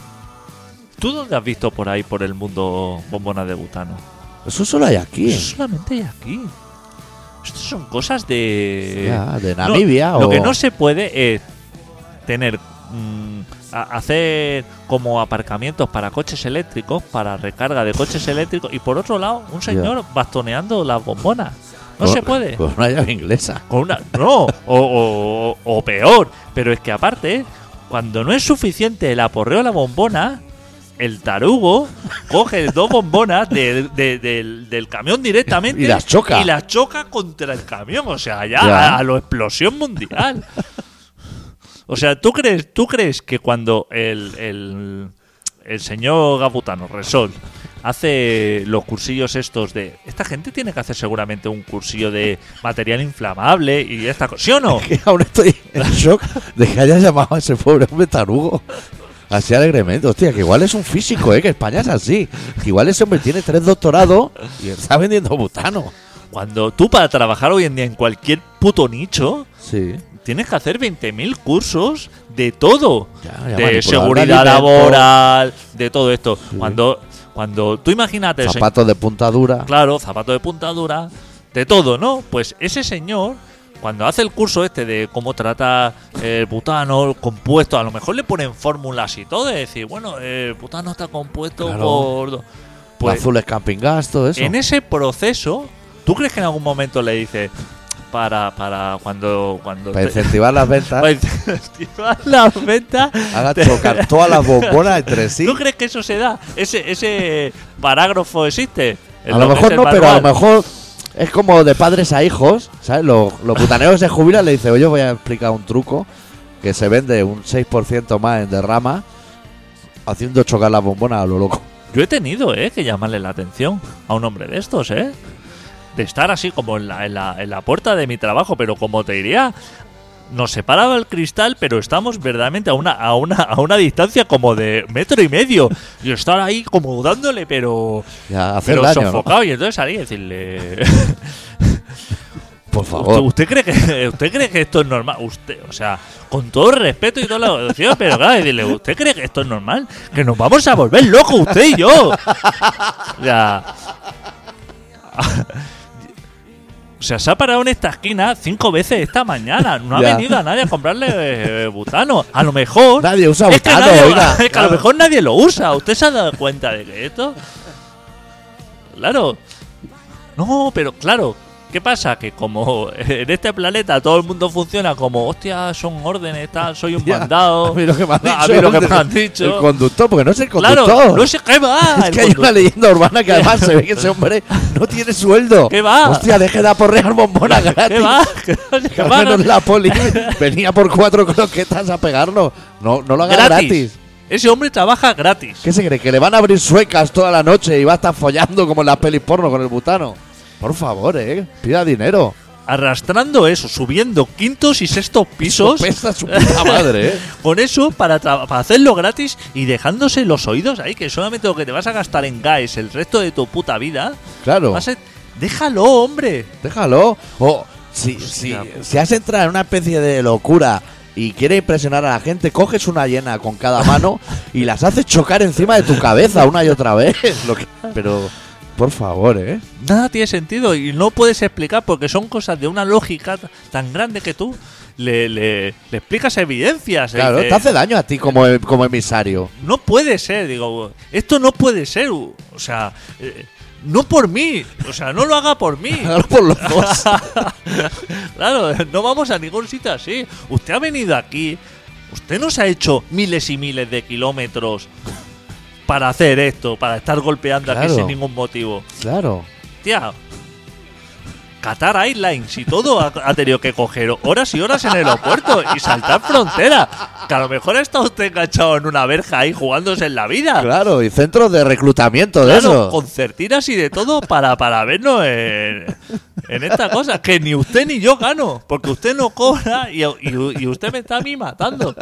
Speaker 2: ¿Tú dónde has visto por ahí, por el mundo, bombonas de butano?
Speaker 1: Eso solo hay aquí.
Speaker 2: Eso solamente hay aquí. Estas son cosas de.
Speaker 1: Ya, de Namibia
Speaker 2: No,
Speaker 1: o-
Speaker 2: Lo que no se puede es tener. mm, a- hacer como aparcamientos para coches eléctricos, para recarga de coches eléctricos, y por otro lado, un señor bastoneando las bombonas. No
Speaker 1: Con-
Speaker 2: se puede.
Speaker 1: Con una llave inglesa. [laughs]
Speaker 2: Con una, no, o, o- o peor. Pero es que aparte, cuando no es suficiente el aporreo a la bombona, el tarugo coge dos bombonas de- de- del, del camión directamente
Speaker 1: Y las choca.
Speaker 2: Y las choca contra el camión. O sea, ya,
Speaker 1: Ya.
Speaker 2: A, a lo explosión mundial. O sea, ¿tú crees, tú crees que cuando el, el, el señor Gabutano Resol hace los cursillos estos de... Esta gente tiene que hacer seguramente un cursillo de material inflamable y esta cosa... ¿Sí o no?
Speaker 1: que ahora estoy en shock de que haya llamado a ese pobre hombre tarugo así alegremente. Hostia, que igual es un físico, ¿eh? que España es así. Que igual ese hombre tiene tres doctorados y está vendiendo butano.
Speaker 2: Cuando tú para trabajar hoy en día en cualquier puto nicho...
Speaker 1: Sí.
Speaker 2: Tienes que hacer 20.000 cursos de todo.
Speaker 1: Ya, ya
Speaker 2: de
Speaker 1: manipulador
Speaker 2: seguridad
Speaker 1: de alimentos.
Speaker 2: laboral, de todo esto. Cuando, cuando tú imagínate... el señor-
Speaker 1: Zapatos de puntadura.
Speaker 2: Claro, zapato de puntadura, de todo, ¿no? Pues ese señor, cuando hace el curso este de cómo trata el butano, el compuesto, a lo mejor le ponen fórmulas y todo, de decir, bueno, el butano está compuesto
Speaker 1: Claro.
Speaker 2: por.
Speaker 1: Pues,
Speaker 2: Pues
Speaker 1: azules camping gas, todo eso.
Speaker 2: en ese proceso, ¿tú crees que en algún momento le dices, para, para, cuando. cuando
Speaker 1: Para
Speaker 2: te-
Speaker 1: incentivar las
Speaker 2: [laughs] para
Speaker 1: ventas,
Speaker 2: incentivar las ventas,
Speaker 1: haga
Speaker 2: te-
Speaker 1: chocar todas las bombonas entre sí.
Speaker 2: ¿Tú crees que eso se da? Ese, ese parágrafo existe. en
Speaker 1: A lo mejor
Speaker 2: en
Speaker 1: no,
Speaker 2: el
Speaker 1: pero a lo
Speaker 2: manual.
Speaker 1: mejor es como de padres a hijos, ¿sabes? Los, los putaneros se jubilan le dicen, oye, voy a explicar un truco que se vende un 6% más en derrama haciendo chocar las bombonas a lo loco.
Speaker 2: Yo he tenido, eh, que llamarle la atención a un hombre de estos, eh. De estar así como en la, en la, en la puerta de mi trabajo, pero como te diría, nos separaba el cristal, pero estamos verdaderamente a una, a una, a una distancia como de metro y medio. Y estar ahí como dándole, pero,
Speaker 1: Ya, hacer
Speaker 2: pero
Speaker 1: daño, ¿no?
Speaker 2: sofocado. Y entonces salir y decirle.
Speaker 1: Por
Speaker 2: ¿Usted,
Speaker 1: favor.
Speaker 2: usted cree que, [laughs] ¿Usted cree que esto es normal? Usted, o sea, con todo el respeto y toda la educación, [laughs] pero claro, decirle, ¿usted cree que esto es normal? Que nos vamos a volver locos usted y yo. O sea, [laughs] o sea, se ha parado en esta esquina cinco veces esta mañana. No ha
Speaker 1: Ya.
Speaker 2: venido a nadie a comprarle eh, butano. A lo mejor.
Speaker 1: Nadie usa
Speaker 2: es que
Speaker 1: butano,
Speaker 2: nadie-
Speaker 1: oiga.
Speaker 2: [laughs] es que a
Speaker 1: Claro.
Speaker 2: lo mejor nadie lo usa. ¿Usted se ha dado cuenta de que esto? Claro. No, pero claro. ¿Qué pasa? Que como [laughs] en este planeta todo el mundo funciona como, hostia, son órdenes, tal, soy un
Speaker 1: Ya,
Speaker 2: mandado.
Speaker 1: A mí lo que me han
Speaker 2: A
Speaker 1: dicho
Speaker 2: mí lo que
Speaker 1: antes,
Speaker 2: me han dicho.
Speaker 1: El conductor, porque no es el conductor.
Speaker 2: Claro, no sé qué va.
Speaker 1: [laughs] es
Speaker 2: el
Speaker 1: que hay una
Speaker 2: conductor.
Speaker 1: leyenda urbana que además se ve que ese hombre no tiene sueldo.
Speaker 2: [laughs] ¿Qué va?
Speaker 1: Hostia, deje de aporrear bombonas gratis.
Speaker 2: [laughs] ¿Qué va? ¿Qué va?
Speaker 1: Que al menos la poli venía por cuatro croquetas a pegarnos. No, no lo haga gratis.
Speaker 2: gratis. Ese hombre trabaja gratis.
Speaker 1: ¿Qué se cree? ¿Que le van a abrir suecas toda la noche y va a estar follando como en las pelis porno con el butano? Por favor, eh. Pida dinero.
Speaker 2: Arrastrando eso, subiendo quintos y sextos pisos.
Speaker 1: Pesta su puta madre, eh.
Speaker 2: Con eso, para, tra- para hacerlo gratis y dejándose los oídos ahí, que solamente lo que te vas a gastar en guys el resto de tu puta vida,
Speaker 1: Claro.
Speaker 2: va a ser- Déjalo, hombre.
Speaker 1: Déjalo. O si, si,
Speaker 2: Hostia, puta.
Speaker 1: si has entrado en una especie de locura y quieres impresionar a la gente, coges una hiena con cada mano y las haces chocar encima de tu cabeza una y otra vez. [laughs] Lo que- Pero, por favor, eh.
Speaker 2: Nada tiene sentido y no puedes explicar porque son cosas de una lógica t- tan grande que tú le, le- le explicas evidencias. y
Speaker 1: Claro,
Speaker 2: dices,
Speaker 1: te hace daño a ti como, em, como emisario.
Speaker 2: No puede ser, digo, esto no puede ser. O sea, eh, no por mí, o sea, no lo haga por
Speaker 1: [laughs]
Speaker 2: mí.
Speaker 1: Hágalo por los dos.
Speaker 2: [laughs] claro, no vamos a ningún sitio así. Usted ha venido aquí, usted nos ha hecho miles y miles de kilómetros para hacer esto, para estar golpeando aquí
Speaker 1: Claro.
Speaker 2: sin ningún motivo.
Speaker 1: Claro.
Speaker 2: Tía, Qatar Airlines y todo ha, ha tenido que coger horas y horas en el aeropuerto y saltar frontera. Que a lo mejor ha estado usted enganchado en una verja ahí jugándose en la vida.
Speaker 1: Claro, y centros de reclutamiento de
Speaker 2: Claro,
Speaker 1: eso.
Speaker 2: concertinas y de todo para, para vernos en, en esta cosa. Que ni usted ni yo gano, porque usted no cobra y, y- y usted me está a mí matando.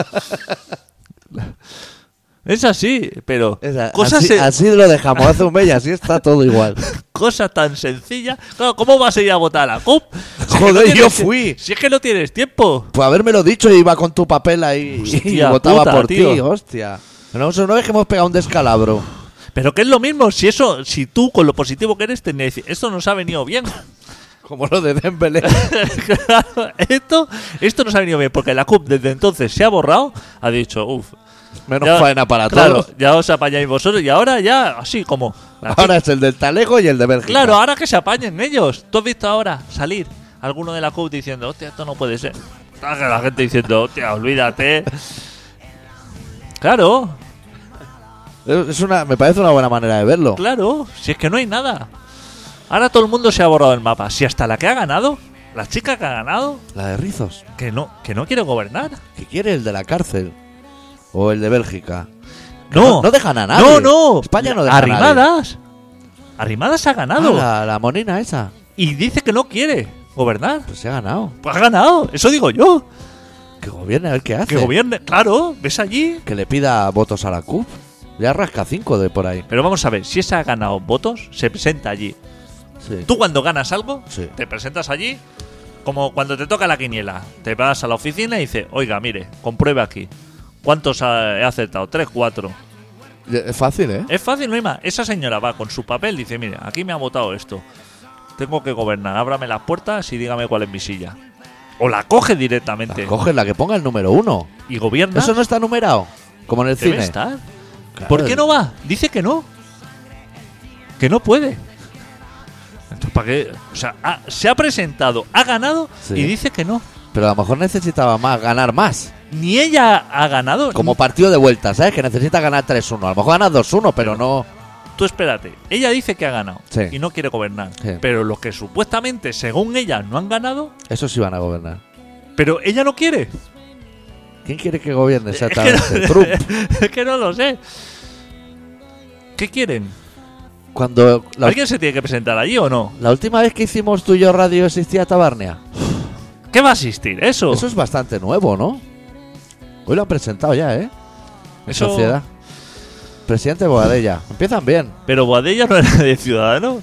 Speaker 2: Es así, pero
Speaker 1: Esa-
Speaker 2: cosas,
Speaker 1: así,
Speaker 2: se-
Speaker 1: así lo dejamos hace un mes y así está todo
Speaker 2: [laughs]
Speaker 1: igual. Pues
Speaker 2: cosas tan sencillas. Claro, ¿cómo vas a ir a votar a la CUP? Si es que
Speaker 1: Joder, yo
Speaker 2: tienes-
Speaker 1: fui.
Speaker 2: Si es que no tienes tiempo.
Speaker 1: Por habérmelo dicho, iba con tu papel ahí y
Speaker 2: Hostia
Speaker 1: votaba
Speaker 2: puta,
Speaker 1: por ti,
Speaker 2: tío.
Speaker 1: hostia. Pero eso no es que hemos pegado un descalabro.
Speaker 2: Pero que es lo mismo si eso, si tú con lo positivo que eres, te esto nos ha venido bien. [laughs]
Speaker 1: Como lo de Dembélé.
Speaker 2: Claro, esto, esto nos ha venido bien, porque la CUP desde entonces se ha borrado, ha dicho, uff.
Speaker 1: Menos faena para
Speaker 2: claro,
Speaker 1: todos.
Speaker 2: Ya os apañáis vosotros y ahora ya, así como. la
Speaker 1: Ahora es el del Talejo y el de Bélgica.
Speaker 2: Claro, ahora que se apañen ellos. ¿Tú has visto ahora salir alguno de la CUP diciendo, hostia, esto no puede ser? Ah, que La gente diciendo, hostia, olvídate. Claro,
Speaker 1: Es una, me parece una buena manera de verlo.
Speaker 2: claro, si es que no hay nada. Ahora todo el mundo se ha borrado del mapa. Si hasta la que ha ganado, la chica que ha ganado,
Speaker 1: La de Rizos.
Speaker 2: que no, que no quiere gobernar.
Speaker 1: ¿Qué quiere el de la cárcel? ¿O el de Bélgica?
Speaker 2: No,
Speaker 1: No, no dejan a nadie.
Speaker 2: No, no.
Speaker 1: España no deja a nadie.
Speaker 2: Arrimadas. Arrimadas ha
Speaker 1: Ah,
Speaker 2: ganado.
Speaker 1: la, la monina esa.
Speaker 2: Y dice que no quiere gobernar.
Speaker 1: Pues se ha ganado.
Speaker 2: Pues ha ganado, eso digo yo.
Speaker 1: Que gobierne, a ver qué hace.
Speaker 2: Que gobierne, claro, ves allí.
Speaker 1: Que le pida votos a la CUP. Ya rasca cinco de por ahí.
Speaker 2: Pero vamos a ver, si esa ha ganado votos, se presenta allí.
Speaker 1: Sí.
Speaker 2: Tú cuando ganas algo,
Speaker 1: Sí.
Speaker 2: te presentas allí como cuando te toca la quiniela. Te vas a la oficina y dices, oiga, mire, compruebe aquí. ¿Cuántos ha- he acertado? Tres, cuatro.
Speaker 1: Es fácil, ¿eh?
Speaker 2: Es fácil, no hay más. Esa señora va con su papel, dice, mire, aquí me ha votado esto. Tengo que gobernar, ábrame las puertas y dígame cuál es mi silla. O la coge directamente
Speaker 1: La coge la que ponga el número uno.
Speaker 2: y gobierna.
Speaker 1: Eso no está numerado. Como en el
Speaker 2: Debe
Speaker 1: cine.
Speaker 2: estar.
Speaker 1: Claro.
Speaker 2: ¿Por qué no va? Dice que no. Que no puede. Entonces, ¿para qué? O sea, ha- se ha presentado, ha ganado
Speaker 1: Sí.
Speaker 2: y dice que no.
Speaker 1: Pero a lo mejor necesitaba más, ganar más.
Speaker 2: Ni ella ha ganado.
Speaker 1: Como partido de vuelta, ¿sabes? Que necesita ganar 3-1. A lo mejor ganas 2-1, pero no.
Speaker 2: Tú espérate. Ella dice que ha ganado
Speaker 1: Sí.
Speaker 2: y no quiere gobernar.
Speaker 1: Sí.
Speaker 2: Pero los que supuestamente, según ella, no han ganado,
Speaker 1: Eso sí van a gobernar.
Speaker 2: pero ella no quiere. [laughs]
Speaker 1: ¿Quién quiere que gobierne
Speaker 2: Es que
Speaker 1: exactamente?
Speaker 2: no-
Speaker 1: Trump.
Speaker 2: [laughs] es que no lo sé. ¿Qué quieren?
Speaker 1: Cuando la,
Speaker 2: ¿Alguien se tiene que presentar allí o no?
Speaker 1: la última vez que hicimos tú y yo radio existía Tabarnia.
Speaker 2: ¿Qué va a asistir? Eso.
Speaker 1: Eso es bastante nuevo, ¿no? Hoy lo han presentado ya, ¿eh? En
Speaker 2: Eso-
Speaker 1: sociedad. Presidente Boadella. Empiezan bien.
Speaker 2: Pero Boadella no era de Ciudadano.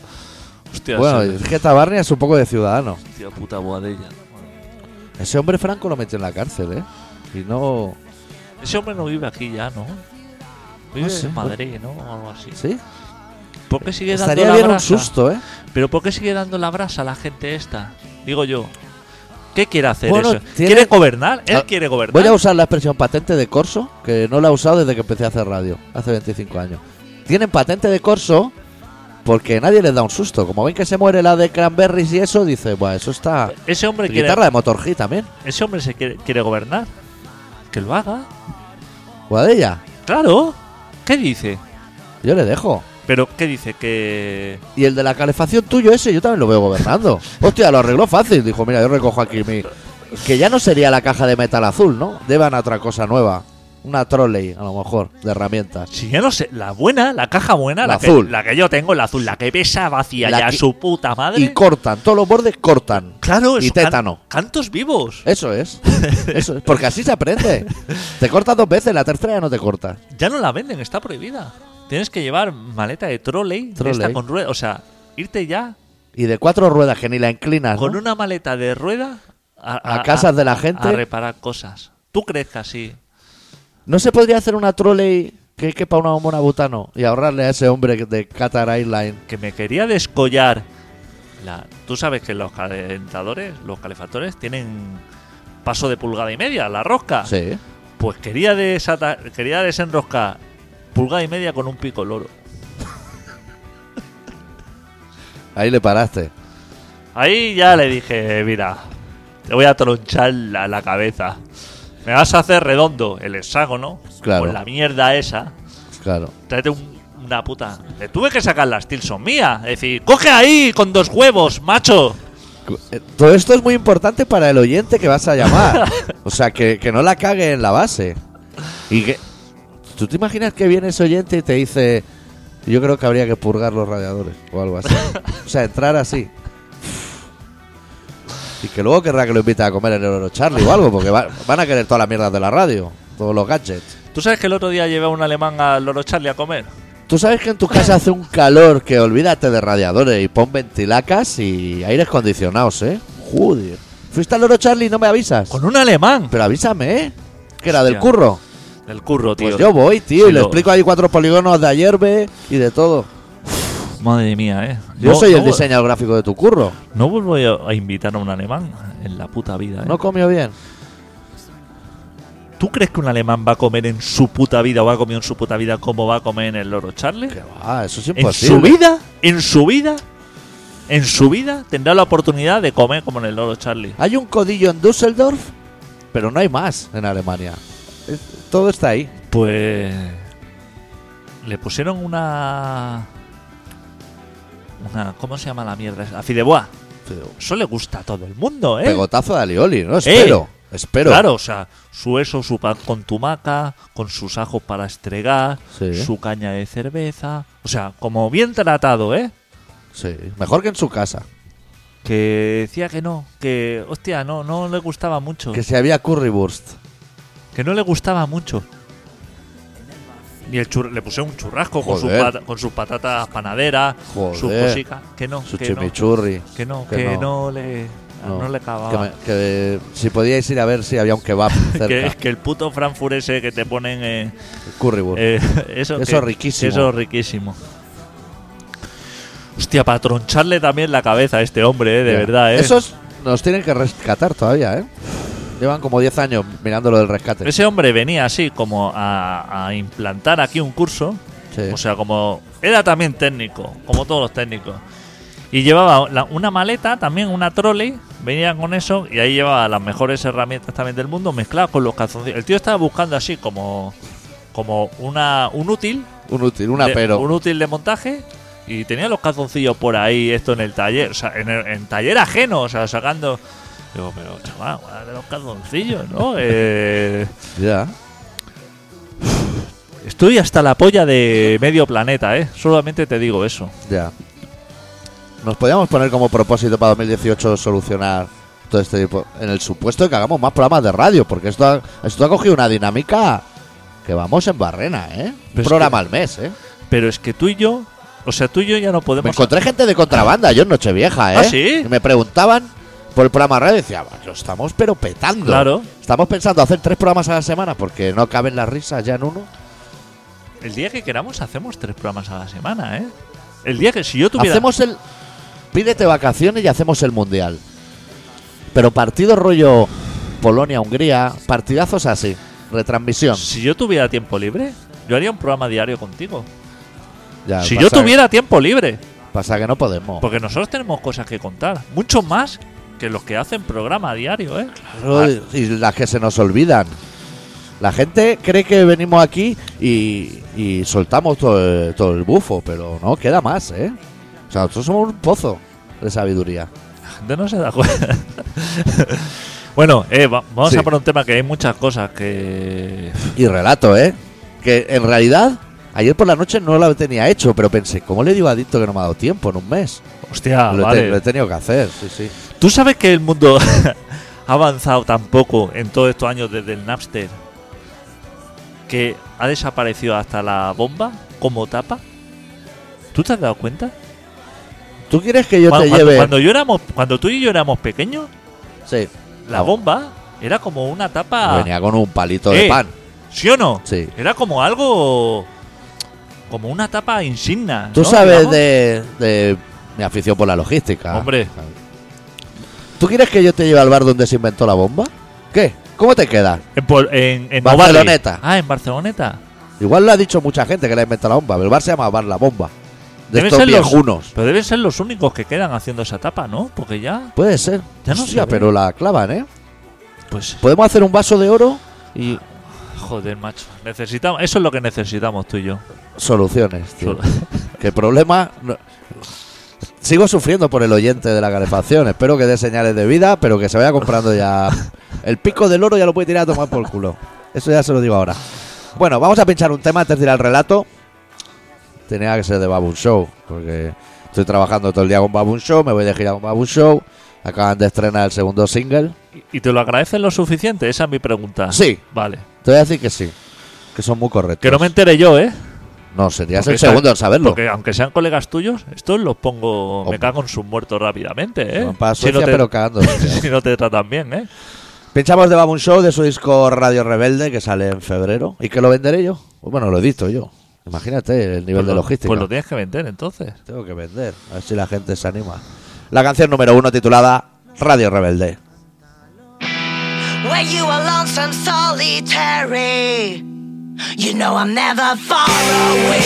Speaker 2: Hostia,
Speaker 1: Bueno,
Speaker 2: sí.
Speaker 1: es que Tabarnia es un poco de ciudadano.
Speaker 2: Hostia puta Boadella.
Speaker 1: Ese hombre Franco lo metió en la cárcel, ¿eh? Y no.
Speaker 2: Ese hombre no vive aquí ya, ¿no? Vive
Speaker 1: sé.
Speaker 2: en Madrid, ¿no? O algo así.
Speaker 1: ¿Sí?
Speaker 2: ¿Por qué sigue dando
Speaker 1: Estaría
Speaker 2: la
Speaker 1: bien un
Speaker 2: brasa?
Speaker 1: susto, ¿eh?
Speaker 2: Pero ¿por qué sigue dando la brasa a la gente esta? Digo yo. ¿Qué quiere hacer
Speaker 1: Bueno,
Speaker 2: eso?
Speaker 1: tiene-
Speaker 2: ¿Quiere gobernar? Él
Speaker 1: Ah,
Speaker 2: quiere gobernar.
Speaker 1: Voy a usar la expresión patente de corso, que no la he usado desde que empecé a hacer radio, hace 25 años. Tienen patente de corso porque nadie les da un susto. Como ven que se muere la de Cranberries y eso, dice, bueno, eso está...
Speaker 2: Ese hombre quiere
Speaker 1: Guitarra de Motor G también.
Speaker 2: ese hombre se quiere, quiere gobernar. Que lo haga.
Speaker 1: Guadella,
Speaker 2: Claro. ¿Qué dice?
Speaker 1: yo le dejo.
Speaker 2: Pero ¿qué dice? Que
Speaker 1: Y el de la calefacción tuyo ese, yo también lo veo
Speaker 2: [laughs]
Speaker 1: gobernando. Hostia, lo arregló fácil. Dijo, mira, yo recojo aquí mi... Que ya no sería la caja de metal azul, ¿no? Deban a otra cosa nueva. Una trolley, a lo mejor, de herramientas.
Speaker 2: si ya no sé, la buena, la caja buena,
Speaker 1: La
Speaker 2: la, que,
Speaker 1: azul.
Speaker 2: la que yo tengo, la azul, la que pesa vacía
Speaker 1: La
Speaker 2: ya
Speaker 1: que-
Speaker 2: su puta madre.
Speaker 1: Y cortan, todos los bordes cortan.
Speaker 2: claro,
Speaker 1: y
Speaker 2: eso, can-
Speaker 1: tétano.
Speaker 2: cantos vivos.
Speaker 1: Eso es. Eso es. Porque así se
Speaker 2: [laughs]
Speaker 1: aprende. Te cortas dos veces, la tercera ya no te cortas.
Speaker 2: Ya no la venden, está prohibida. Tienes que llevar maleta de trolley, de esta
Speaker 1: Trolley.
Speaker 2: con rueda, o sea, irte ya
Speaker 1: Y de cuatro ruedas que ni la inclinas.
Speaker 2: con
Speaker 1: ¿no?
Speaker 2: una maleta de rueda a,
Speaker 1: A casas de la gente.
Speaker 2: a reparar cosas. ¿Tú crees que así?
Speaker 1: ¿No se podría hacer una trolley que quepa una bombona butano y ahorrarle a ese hombre de Qatar Airlines?
Speaker 2: que me quería descollar. La, tú sabes que los calentadores, los calefactores, tienen paso de pulgada y media, la rosca.
Speaker 1: Sí.
Speaker 2: Pues quería, desata, quería desenroscar pulgada y media con un pico loro.
Speaker 1: Ahí le paraste.
Speaker 2: Ahí ya le dije, mira, te voy a tronchar la, la cabeza. Me vas a hacer redondo el hexágono
Speaker 1: Claro.
Speaker 2: con la mierda esa.
Speaker 1: Claro.
Speaker 2: Tráete un- una puta. Le tuve que sacar las Tilson mía. Es decir, coge ahí con dos huevos, macho.
Speaker 1: Eh, Todo esto es muy importante para el oyente que vas a llamar. O sea, que, que no la cague en la base. Y que. ¿Tú te imaginas que viene ese oyente y te dice. Yo creo que habría que purgar los radiadores o algo así. O sea, entrar así. Y que luego querrá que lo invite a comer en el Oro Charlie o algo, porque va- van a querer todas las mierdas de la radio, todos los gadgets.
Speaker 2: ¿Tú sabes que el otro día llevé a un alemán al Loro Charlie a comer?
Speaker 1: Tú sabes que en tu casa hace un calor que olvídate de radiadores y pon ventilacas y aires condicionados, ¿eh? Joder. Fuiste al Oro Charlie y no me avisas.
Speaker 2: Con un alemán.
Speaker 1: Pero avísame, ¿eh? Que era del
Speaker 2: Hostia,
Speaker 1: curro.
Speaker 2: Del curro, tío.
Speaker 1: Pues yo voy, tío,
Speaker 2: Sí,
Speaker 1: y le
Speaker 2: lo-
Speaker 1: explico ahí cuatro polígonos de ayer, ve, y de todo.
Speaker 2: Madre mía, ¿eh?
Speaker 1: Yo
Speaker 2: No-
Speaker 1: soy el
Speaker 2: no-
Speaker 1: diseñador gráfico de tu curro.
Speaker 2: No vuelvo yo a invitar a un alemán en la puta vida. ¿eh?
Speaker 1: No comió bien.
Speaker 2: ¿Tú crees que un alemán va a comer en su puta vida o va a comer en su puta vida como va a comer en el loro Charlie?
Speaker 1: Que va, eso es
Speaker 2: En
Speaker 1: imposible.
Speaker 2: su vida, en su vida, en su vida tendrá la oportunidad de comer como en el loro Charlie.
Speaker 1: Hay un codillo en Düsseldorf, pero no hay más en Alemania. Es- todo está ahí.
Speaker 2: Pues le pusieron una una ¿cómo se llama la mierda? esa? A fideuá. Eso le gusta a todo el mundo, ¿eh?
Speaker 1: Pegotazo de Alioli, ¿no? Espero. Espero.
Speaker 2: Claro, o sea, su eso, su pan con tumaca, con sus ajos para estregar,
Speaker 1: Sí.
Speaker 2: su caña de cerveza. O sea, como bien tratado, ¿eh?
Speaker 1: Sí. Mejor que en su casa.
Speaker 2: Que decía que no, que, hostia, no, no le gustaba mucho.
Speaker 1: Que si había currywurst.
Speaker 2: Que no le gustaba mucho. Y el chur- le puse un churrasco con, sus
Speaker 1: Joder.
Speaker 2: pata- con sus patatas panaderas, su
Speaker 1: Joder.
Speaker 2: cosica. Que no,
Speaker 1: Su
Speaker 2: que, no
Speaker 1: chimichurri.
Speaker 2: que no,
Speaker 1: que
Speaker 2: que
Speaker 1: no.
Speaker 2: no le, no. le
Speaker 1: que,
Speaker 2: cavaba.
Speaker 1: me- que, eh, si podíais ir a ver si había un
Speaker 2: [laughs]
Speaker 1: kebab cerca.
Speaker 2: Que, que el puto Frankfurt ese que te ponen. eh,
Speaker 1: Currywurst.
Speaker 2: Eh, [laughs] eso
Speaker 1: Eso
Speaker 2: que-
Speaker 1: es riquísimo.
Speaker 2: Eso es riquísimo. Hostia, para troncharle también la cabeza a este hombre, eh, de
Speaker 1: Ya.
Speaker 2: verdad, ¿eh?
Speaker 1: Esos nos tienen que rescatar todavía, ¿eh? Llevan como 10 años mirando lo del rescate.
Speaker 2: Ese hombre venía así como a, a implantar aquí un curso.
Speaker 1: Sí.
Speaker 2: O sea, como... Era también técnico, como todos los técnicos. Y llevaba la- una maleta, también una trolley, venía con eso y ahí llevaba las mejores herramientas también del mundo mezcladas con los calzoncillos. El tío estaba buscando así como, como una, un útil
Speaker 1: un útil, un
Speaker 2: de-
Speaker 1: apero.
Speaker 2: Un útil de montaje. Y tenía los calzoncillos por ahí, esto en el taller, o sea, en, el- en taller ajeno, o sea, sacando. Digo, pero chaval, guárdate los calzoncillos, ¿no? [laughs] Eh,
Speaker 1: Ya.
Speaker 2: estoy hasta la polla de medio planeta, ¿eh? Solamente te digo eso.
Speaker 1: Ya. Nos podíamos poner como propósito para 2018 solucionar todo este tipo. En el supuesto de que hagamos más programas de radio, porque esto ha, esto ha cogido una dinámica que vamos en barrena, ¿eh?
Speaker 2: Pero
Speaker 1: un
Speaker 2: es
Speaker 1: programa
Speaker 2: que-
Speaker 1: al mes, ¿eh?
Speaker 2: Pero es que tú y yo, o sea, tú y yo ya no
Speaker 1: Me
Speaker 2: podemos.
Speaker 1: encontré gente de contrabanda yo en Nochevieja, ¿eh?
Speaker 2: ¿Ah, sí?
Speaker 1: Y me preguntaban por el programa de radio y decía, "Bah, lo estamos pero petando.
Speaker 2: Claro.
Speaker 1: Estamos pensando hacer tres programas a la semana porque no caben las risas ya en uno.
Speaker 2: El día que queramos, hacemos tres programas a la semana, ¿eh? El día que si yo tuviera.
Speaker 1: Hacemos el. Pídete vacaciones y hacemos el mundial. Pero partido rollo Polonia-Hungría, partidazos así, retransmisión.
Speaker 2: Si yo tuviera tiempo libre, yo haría un programa diario contigo.
Speaker 1: Ya,
Speaker 2: si
Speaker 1: pasa-
Speaker 2: yo tuviera tiempo libre.
Speaker 1: Pasa que no podemos.
Speaker 2: Porque nosotros tenemos cosas que contar, mucho más que los que hacen programa a diario, ¿eh?
Speaker 1: Claro, Y las que se nos olvidan. La gente cree que venimos aquí y, y soltamos todo el, todo el bufo, pero no, queda más, ¿eh? O sea, nosotros somos un pozo de sabiduría.
Speaker 2: La gente no se da cuenta. [laughs] bueno, eh, va- vamos
Speaker 1: Sí.
Speaker 2: a por un tema que hay muchas cosas que.
Speaker 1: Y relato, ¿eh? Que en realidad, ayer por la noche no lo tenía hecho, pero pensé, ¿cómo le digo a Adicto que no me ha dado tiempo en un mes?
Speaker 2: Hostia,
Speaker 1: lo, he te-
Speaker 2: Ah, vale.
Speaker 1: lo he tenido que hacer, sí, sí.
Speaker 2: Tú sabes que el mundo [laughs] ha avanzado tan poco en todos estos años desde el Napster que ha desaparecido hasta la bomba como tapa. ¿Tú te has dado cuenta?
Speaker 1: ¿Tú quieres que yo
Speaker 2: Cuan-
Speaker 1: te
Speaker 2: cuando,
Speaker 1: lleve...?
Speaker 2: cuando yo éramos, cuando tú y yo éramos pequeños,
Speaker 1: Sí.
Speaker 2: la bomba era como una tapa.
Speaker 1: Venía con un palito de
Speaker 2: Eh.
Speaker 1: pan.
Speaker 2: ¿Sí o no?
Speaker 1: Sí.
Speaker 2: Era como algo. Como una tapa insignia.
Speaker 1: Tú
Speaker 2: ¿no?
Speaker 1: sabes
Speaker 2: Digamos.
Speaker 1: de, de mi afición por la logística.
Speaker 2: Hombre.
Speaker 1: ¿Tú quieres que yo te lleve al bar donde se inventó la bomba? ¿Qué? ¿Cómo te queda?
Speaker 2: En, por- en, en
Speaker 1: Barceloneta.
Speaker 2: Novarri. Ah, en Barceloneta.
Speaker 1: Igual lo ha dicho mucha gente que la ha inventado la bomba. pero El bar se llama Bar La Bomba. De
Speaker 2: Deben
Speaker 1: estos
Speaker 2: ser los-
Speaker 1: viejunos.
Speaker 2: Pero deben ser los únicos que quedan haciendo esa tapa, ¿no? Porque ya.
Speaker 1: Puede ser.
Speaker 2: Ya no
Speaker 1: Hostia,
Speaker 2: se ve.
Speaker 1: pero la clavan, ¿eh?
Speaker 2: Pues.
Speaker 1: ¿Podemos hacer un vaso de oro?
Speaker 2: Y. Joder, macho. Necesitamos. Eso es lo que necesitamos tú y yo.
Speaker 1: Soluciones, tío.
Speaker 2: Solo- [laughs]
Speaker 1: Que problema. no- Sigo sufriendo por el oyente de la calefacción. Espero que dé señales de vida, pero que se vaya comprando ya. El pico del oro ya lo puede tirar a tomar por culo. Eso ya se lo digo ahora. Bueno, vamos a pinchar un tema antes de ir al relato. Tenía que ser de Baboon Show, porque estoy trabajando todo el día con Baboon Show, me voy de gira con Baboon Show. Acaban de estrenar el segundo single.
Speaker 2: ¿Y te lo agradecen lo suficiente? Esa es mi pregunta.
Speaker 1: Sí,
Speaker 2: Vale.
Speaker 1: te voy a decir que sí, que son muy correctos.
Speaker 2: Que no me entere yo, ¿eh?
Speaker 1: No, serías
Speaker 2: Porque
Speaker 1: el segundo
Speaker 2: esta-
Speaker 1: en saberlo.
Speaker 2: Porque aunque sean colegas tuyos, estos los pongo.
Speaker 1: Hombre.
Speaker 2: Me cago en sus muertos rápidamente, ¿eh?
Speaker 1: Son para
Speaker 2: Si no
Speaker 1: Suecia,
Speaker 2: te-
Speaker 1: pero
Speaker 2: [laughs]
Speaker 1: cagando.
Speaker 2: si no te tratan bien, ¿eh?
Speaker 1: Pinchamos de Baboon Show de su disco Radio Rebelde que sale en febrero y que lo venderé yo. Pues Bueno, lo edito yo. Imagínate el nivel
Speaker 2: Pues
Speaker 1: de
Speaker 2: lo-
Speaker 1: logística.
Speaker 2: Pues lo tienes que vender entonces.
Speaker 1: Tengo que vender, a ver si la gente se anima. La canción número uno titulada Radio Rebelde.
Speaker 3: where you are lonesome, solitary. You know I'm never far away.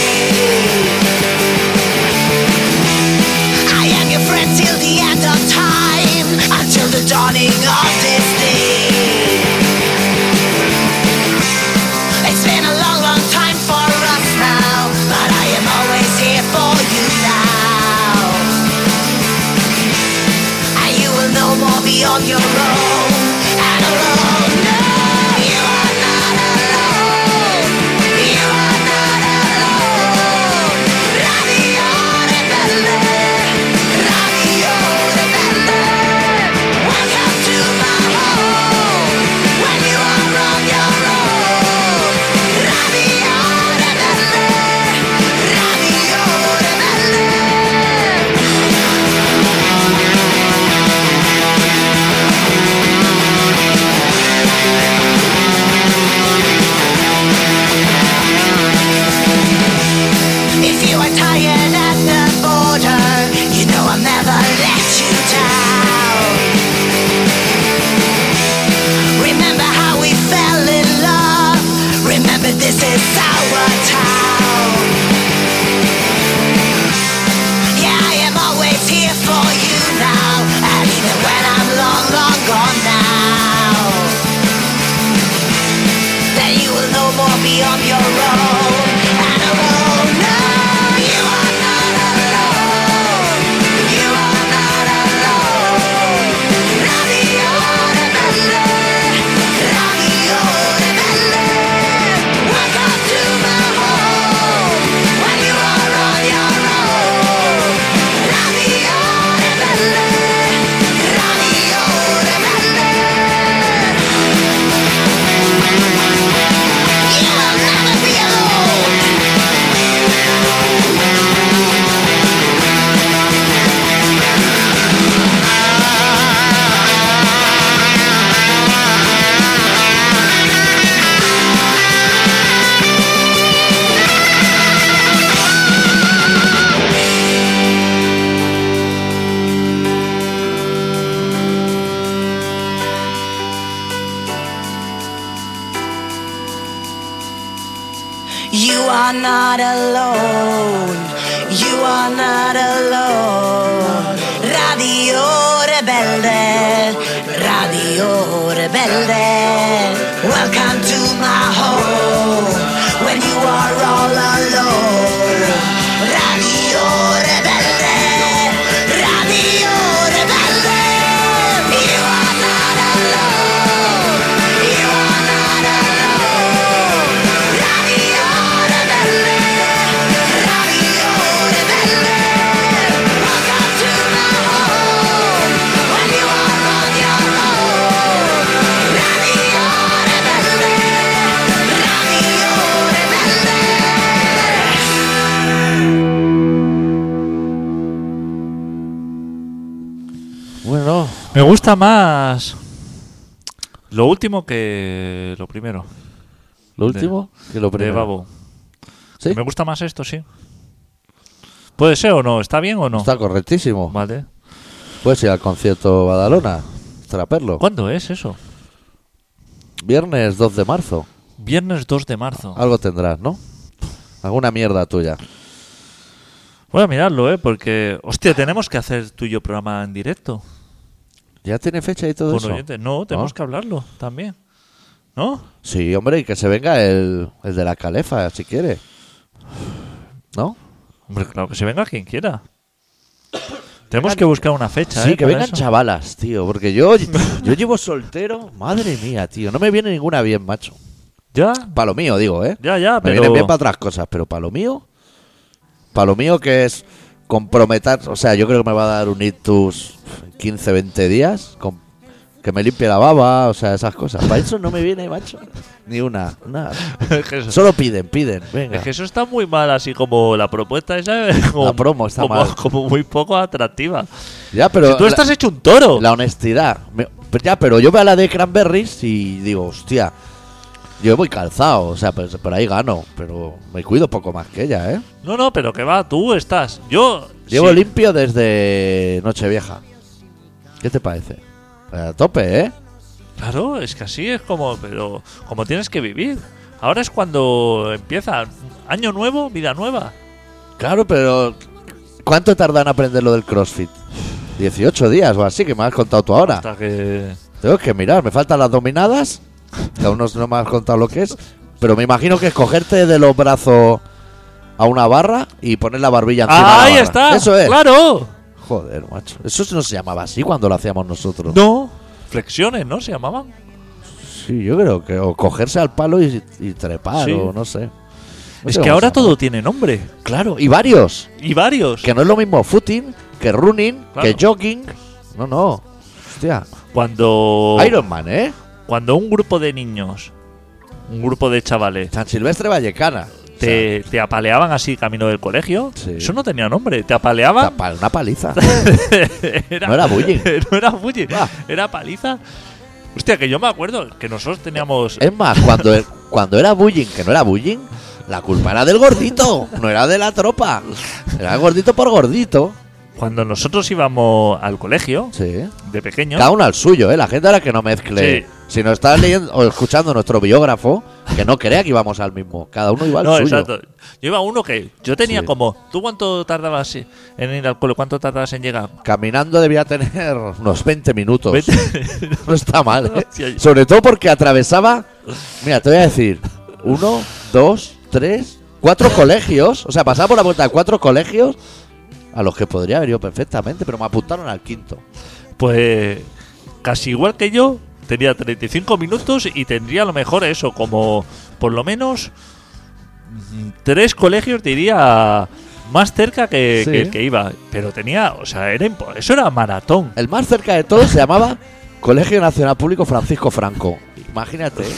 Speaker 3: I am your friend till the end of time, until the dawning of this day. It's been a long, long time for us now, but I am always here for you now. And you will no more be on your own and alone. No, you are not alone. You are not alone. Radio Rebelde. Radio Rebelde. Welcome to my home. When you are on your own. Radio Rebelde. Radio Rebelde. If you are tired at the border, you know I'll never let you down. Remember how we fell in love. Remember this is our town. Yeah, I am always here for you now, and even when I'm long, long gone now then you will no more be on your own. And alone, no, you are not alone. You are not alone. Radio Rebelle, Radio Rebelle. Welcome to my home. When you are on your own, Radio Rebelle, Radio Rebelle. You will never be alone. You are not alone. You are not alone. Radio Rebelde. Radio Rebelde. Welcome to my home. When you are all alone. Radio Rebelde. Radio Rebelde. You are not alone. You are not alone. Radio Rebelde. Radio Rebelde. Welcome to my home. When you are on your own. Radio Rebelde. Radio Rebelde.
Speaker 1: Bueno,
Speaker 2: Me gusta más lo último que lo primero.
Speaker 1: lo último que lo
Speaker 2: De
Speaker 1: primero.
Speaker 2: Babo.
Speaker 1: ¿Sí?
Speaker 2: Me gusta más esto, sí. Puede ser o no, está bien o no.
Speaker 1: Está correctísimo.
Speaker 2: Vale.
Speaker 1: Puedes ir al concierto Badalona, traperlo.
Speaker 2: ¿Cuándo es eso?
Speaker 1: Viernes 2 de marzo.
Speaker 2: Viernes 2 de marzo.
Speaker 1: Algo tendrás, ¿no? Alguna mierda tuya.
Speaker 2: Voy a mirarlo, ¿eh? Porque, hostia, tenemos que hacer tuyo programa en directo.
Speaker 1: ¿Ya tiene fecha y todo
Speaker 2: Con
Speaker 1: eso? Ah.
Speaker 2: oyentes. Pues No, tenemos que hablarlo también. ¿No?
Speaker 1: Sí, hombre, y que se venga el, el de la calefa, si quiere. ¿No?
Speaker 2: Hombre, claro, que se venga quien quiera. Tenemos que buscar una fecha,
Speaker 1: Sí,
Speaker 2: ¿eh?
Speaker 1: que
Speaker 2: para
Speaker 1: vengan
Speaker 2: eso.
Speaker 1: chavalas, tío, porque
Speaker 2: [laughs]
Speaker 1: yo, yo llevo soltero, madre mía, tío, no me viene ninguna bien, macho.
Speaker 2: Ya,
Speaker 1: Para lo mío, digo, ¿eh?
Speaker 2: ya, ya,
Speaker 1: me
Speaker 2: pero...
Speaker 1: vienen bien
Speaker 2: [laughs]
Speaker 1: para otras cosas, pero para lo mío, para lo mío que es comprometer, o sea, yo creo que me va a dar un ictus 15, 20 días, con- que me limpie la baba, o sea, esas cosas. Para eso no me viene, macho, ni una, nada.
Speaker 2: [laughs] Es que eso-
Speaker 1: Solo piden, piden, venga.
Speaker 2: Es que eso está muy mal, así como la propuesta esa. [laughs] Como,
Speaker 1: promo está
Speaker 2: como,
Speaker 1: mal.
Speaker 2: como muy poco atractiva.
Speaker 1: Ya, pero
Speaker 2: Tú
Speaker 1: la-
Speaker 2: estás hecho un toro.
Speaker 1: La honestidad. Me- pero ya, pero yo veo a la de Cranberries y digo, hostia. Yo voy calzado, o sea, pues, por ahí gano, pero me cuido poco más que ella, ¿eh?
Speaker 2: No, no, pero que va, tú estás. Yo.
Speaker 1: Llevo
Speaker 2: sí.
Speaker 1: limpio desde Nochevieja. ¿Qué te parece? Pues a tope, ¿eh?
Speaker 2: Claro, es que así es como, pero como tienes que vivir. Ahora es cuando empieza año nuevo, vida nueva.
Speaker 1: Claro, pero ¿cuánto tardan en aprender lo del CrossFit? 18 días o así, que me has contado tú ahora.
Speaker 2: Hasta que
Speaker 1: Tengo que mirar, me faltan las dominadas, que aún no, no me has contado lo que es, pero me imagino que es cogerte de los brazos a una barra y poner la barbilla encima. de la
Speaker 2: Ah, ahí
Speaker 1: barra.
Speaker 2: está.
Speaker 1: Eso es.
Speaker 2: Claro.
Speaker 1: Joder, macho. Eso no se llamaba así cuando lo hacíamos nosotros.
Speaker 2: No. Flexiones, ¿no? Se llamaban.
Speaker 1: Sí, yo creo que. O cogerse al palo y, y trepar,
Speaker 2: Sí.
Speaker 1: o no sé. No
Speaker 2: es
Speaker 1: sé
Speaker 2: que
Speaker 1: cómo
Speaker 2: ahora
Speaker 1: se llama.
Speaker 2: todo tiene nombre. Claro.
Speaker 1: Y varios.
Speaker 2: Y varios.
Speaker 1: Que no es lo mismo footing, que running,
Speaker 2: Claro.
Speaker 1: que jogging. No, no. Hostia.
Speaker 2: Cuando.
Speaker 1: Iron Man, ¿eh?
Speaker 2: Cuando un grupo de niños, un grupo de chavales,
Speaker 1: San Silvestre Vallecana. O
Speaker 2: te, te apaleaban así camino del colegio,
Speaker 1: Sí.
Speaker 2: eso no tenía nombre. Te
Speaker 1: sea,
Speaker 2: apaleaban.
Speaker 1: pa- una paliza.
Speaker 2: [laughs] era,
Speaker 1: no era bullying.
Speaker 2: no era bullying,
Speaker 1: Ah.
Speaker 2: era paliza. Hostia, que yo me acuerdo que nosotros teníamos.
Speaker 1: es más, cuando, [laughs] el- cuando era bullying, que no era bullying, la culpa era del gordito, no era de la tropa. Era gordito por gordito.
Speaker 2: Cuando nosotros íbamos al colegio,
Speaker 1: Sí.
Speaker 2: de pequeños.
Speaker 1: Cada uno al suyo, ¿eh? La gente ahora que no mezcle.
Speaker 2: Sí.
Speaker 1: Si nos estás leyendo o escuchando nuestro biógrafo, que no crea que íbamos al mismo. Cada uno iba al
Speaker 2: No,
Speaker 1: suyo.
Speaker 2: exacto. Yo iba a uno que yo tenía
Speaker 1: Sí.
Speaker 2: como. ¿Tú cuánto tardabas en ir al cole? ¿Cuánto tardabas en llegar?
Speaker 1: Caminando debía tener unos 20 minutos.
Speaker 2: Vete-
Speaker 1: [laughs] No está mal. ¿eh?
Speaker 2: Hostia.
Speaker 1: Sobre todo porque atravesaba. Mira, te voy a decir: uno, dos, tres, cuatro colegios. O sea, pasaba por la puerta de cuatro colegios a los que podría haber ido perfectamente, pero me apuntaron al quinto.
Speaker 2: Pues casi igual que yo, tenía 35 minutos y tendría a lo mejor eso, como por lo menos mm, tres colegios diría más cerca que,
Speaker 1: Sí.
Speaker 2: que el que iba. Pero tenía, o sea, era impo- eso era maratón.
Speaker 1: El más cerca de todos se llamaba Colegio Nacional Público Francisco Franco. Imagínate. ¿eh?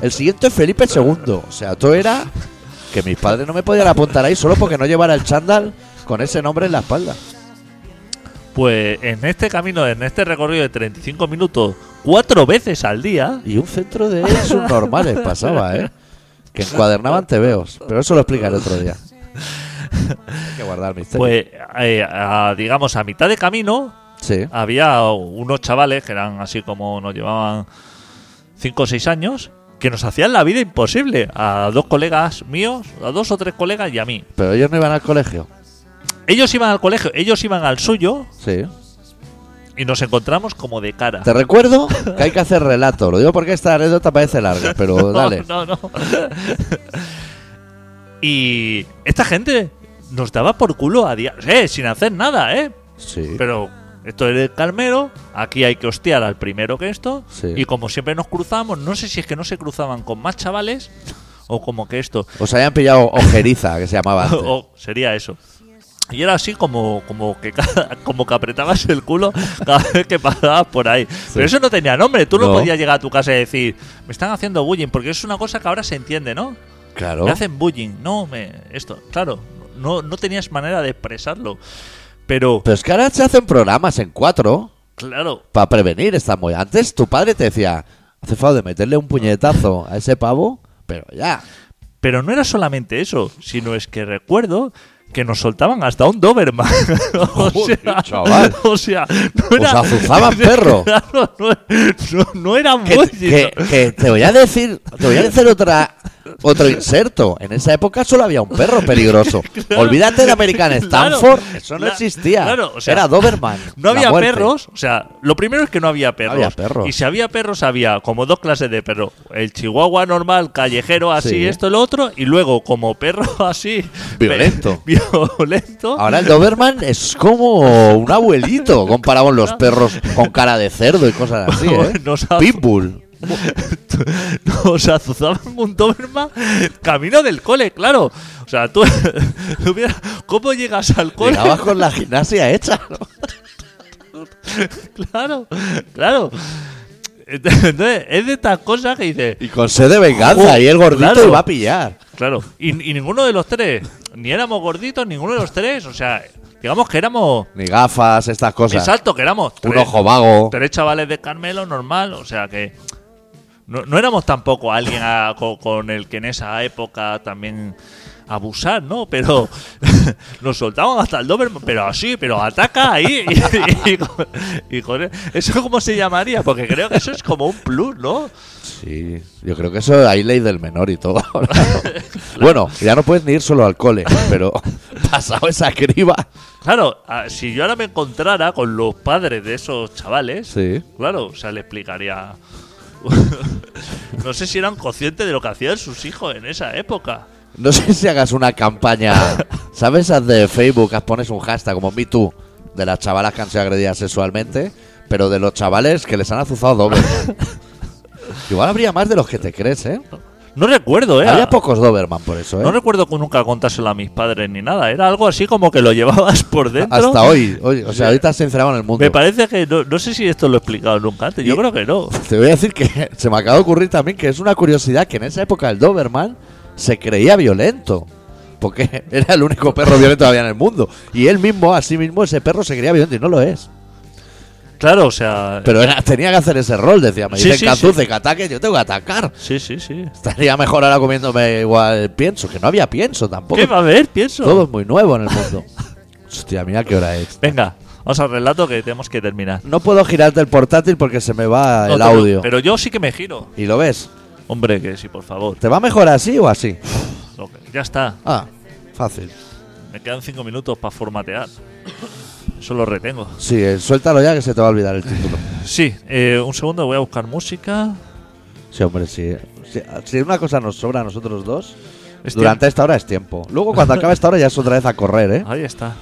Speaker 1: El siguiente es Felipe II. O sea, todo era que mis padres no me podían apuntar ahí solo porque no llevara el chándal con ese nombre en la espalda.
Speaker 2: Pues en este camino, en este recorrido de 35 minutos, cuatro veces al día,
Speaker 1: Y un centro de subnormales pasaba, ¿eh? Que encuadernaban tebeos. Pero eso lo explicaré otro día. Hay que guardar el misterio.
Speaker 2: pues eh, a- digamos a mitad de camino,
Speaker 1: sí.
Speaker 2: había unos chavales que eran así como nos llevaban 5 o 6 años que nos hacían la vida imposible a dos colegas míos, a dos o tres colegas y a mí.
Speaker 1: Pero ellos no iban al colegio.
Speaker 2: Ellos iban al colegio, ellos iban al suyo
Speaker 1: Sí.
Speaker 2: y nos encontramos como de cara.
Speaker 1: Te recuerdo que hay que hacer relato. Lo digo porque esta anécdota parece larga, pero [laughs]
Speaker 2: [laughs] No,
Speaker 1: dale.
Speaker 2: No, no. y esta gente nos daba por culo a día, eh, sin hacer nada, ¿eh?
Speaker 1: Sí.
Speaker 2: Pero esto es el Carmero, aquí hay que hostiar al primero que esto.
Speaker 1: Sí.
Speaker 2: Y como siempre nos cruzamos, no sé si es que no se cruzaban con más chavales o como que esto. [laughs]
Speaker 1: Os habían pillado ojeriza, que se llamaba antes.
Speaker 2: o sería eso. Y era así como, como, que, cada- como que apretabas el culo cada vez que pasabas por ahí. Pero eso no tenía nombre. Tú no.
Speaker 1: No.
Speaker 2: podías llegar a tu casa y decir, me están haciendo bullying, porque es una cosa que ahora se entiende, ¿no?
Speaker 1: Claro.
Speaker 2: Me hacen bullying. No, me, esto, claro. No, no tenías manera de expresarlo. Pero,
Speaker 1: Pero es que ahora se hacen programas en cuatro
Speaker 2: claro,
Speaker 1: para prevenir esta muy. Antes tu padre te decía, hace falta de meterle un puñetazo a ese pavo, pero ya.
Speaker 2: Pero no era solamente eso, sino es que recuerdo que nos soltaban hasta un Doberman. [laughs] o,
Speaker 1: Joder,
Speaker 2: sea,
Speaker 1: chaval.
Speaker 2: [laughs] o sea, no
Speaker 1: Os
Speaker 2: era.
Speaker 1: azuzaban, perro.
Speaker 2: [laughs] Claro, no, no- no era muy.
Speaker 1: Que, que- que te voy a decir, te voy a decir otra otro inserto. En esa época solo había un perro
Speaker 2: [laughs]
Speaker 1: peligroso. Olvídate de American
Speaker 2: Claro.
Speaker 1: Stanford, eso no
Speaker 2: La-
Speaker 1: existía.
Speaker 2: claro, o sea,
Speaker 1: Era Doberman.
Speaker 2: [laughs] No
Speaker 1: la
Speaker 2: había
Speaker 1: muerte.
Speaker 2: perros, o sea, lo primero es que no había perros.
Speaker 1: había perros.
Speaker 2: Y si había perros, había como dos clases de perro. El chihuahua normal, callejero, así,
Speaker 1: Sí.
Speaker 2: esto, lo otro, y luego como perro [laughs] así.
Speaker 1: Violento. Ah,
Speaker 2: pe- [laughs] violento.
Speaker 1: Ahora el Doberman es como un
Speaker 2: [laughs]
Speaker 1: abuelito comparado con los perros con cara de cerdo y cosas así, ¿eh?
Speaker 2: Nos ha-
Speaker 1: Pitbull.
Speaker 2: [laughs] nos azuzaban un Doberman camino del cole, claro. O sea, tú, [laughs] tú vieras ¿cómo llegas al cole?
Speaker 1: Llegabas con la gimnasia hecha. ¿no?
Speaker 2: [laughs] Claro, claro. Entonces, es de estas cosas que dices,
Speaker 1: Y con sed de venganza.
Speaker 2: Ujú,
Speaker 1: y el gordito
Speaker 2: Oh, claro.
Speaker 1: iba a pillar.
Speaker 2: claro, y, y ninguno de los tres, ni éramos gorditos, ninguno de los tres, o sea, digamos que éramos,
Speaker 1: Ni gafas, estas cosas.
Speaker 2: exacto, que éramos
Speaker 1: Un
Speaker 2: tres-
Speaker 1: ojo vago.
Speaker 2: tres chavales de Carmelo, normal, o sea que No, no éramos tampoco alguien a- co- con, el que en esa época también abusar, ¿no? Pero [laughs] nos soltaban hasta el Doberman, pero así, pero ataca ahí. Y, y con- y con- ¿Eso cómo se llamaría? Porque creo que eso es como un plus, ¿no?
Speaker 1: Sí, yo creo que eso hay ley del menor y todo. bueno, ya no puedes ni ir solo al cole, pero pasado esa criba.
Speaker 2: Claro, a- si yo ahora me encontrara con los padres de esos chavales,
Speaker 1: Sí.
Speaker 2: claro, o sea, le explicaría. [laughs] no sé si eran conscientes de lo que hacían sus hijos en esa época.
Speaker 1: No sé si hagas una campaña, ¿sabes? Esas de Facebook, que pones un hashtag como MeToo de las chavalas que han sido agredidas sexualmente, pero de los chavales que les han azuzado doble. Igual habría más de los que te crees, ¿eh?
Speaker 2: No recuerdo, ¿eh?
Speaker 1: Había pocos Doberman por eso, ¿eh?
Speaker 2: No recuerdo cu- nunca contárselo a mis padres ni nada. Era algo así como que lo llevabas por dentro.
Speaker 1: Hasta hoy, hoy, o sea, ahorita se encerraban en el mundo.
Speaker 2: Me parece que no, no sé si esto lo he explicado nunca antes. Yo
Speaker 1: Y-
Speaker 2: creo que no.
Speaker 1: Te voy a decir que [laughs] se me acaba de ocurrir también que es una curiosidad que en esa época el Doberman se creía violento. Porque [laughs] era el único perro violento que había en el mundo. Y él mismo, a sí mismo, ese perro se creía violento y no lo es.
Speaker 2: Claro, o sea.
Speaker 1: Pero era- tenía que hacer ese rol, decía. Me
Speaker 2: Sí,
Speaker 1: dicen
Speaker 2: sí,
Speaker 1: que azuce,
Speaker 2: sí.
Speaker 1: que ataque, yo tengo que atacar.
Speaker 2: Sí, sí, sí.
Speaker 1: Estaría mejor ahora comiéndome igual pienso, que no había pienso tampoco.
Speaker 2: ¿Qué va a haber? Pienso.
Speaker 1: Todo es muy nuevo en el
Speaker 2: [laughs]
Speaker 1: mundo. Hostia, mira qué hora es.
Speaker 2: Venga, vamos al relato que tenemos que terminar.
Speaker 1: No puedo girarte el portátil porque se me va
Speaker 2: No,
Speaker 1: el
Speaker 2: pero-
Speaker 1: audio.
Speaker 2: Pero yo sí que me giro.
Speaker 1: ¿Y lo ves?
Speaker 2: Hombre, que sí, por favor.
Speaker 1: ¿Te va mejor así o así?
Speaker 2: Lo que- Ya está.
Speaker 1: Ah, fácil.
Speaker 2: Me quedan cinco minutos para formatear. Eso lo retengo.
Speaker 1: Sí, eh, suéltalo ya que se te va a olvidar el título.
Speaker 2: Sí, eh, un segundo, voy a buscar música.
Speaker 1: Sí, hombre, sí. Si, si una cosa nos sobra a nosotros dos,
Speaker 2: Es
Speaker 1: durante esta hora es tiempo. Luego cuando acaba esta hora ya es otra vez a correr, ¿eh?
Speaker 2: Ahí está. Ah.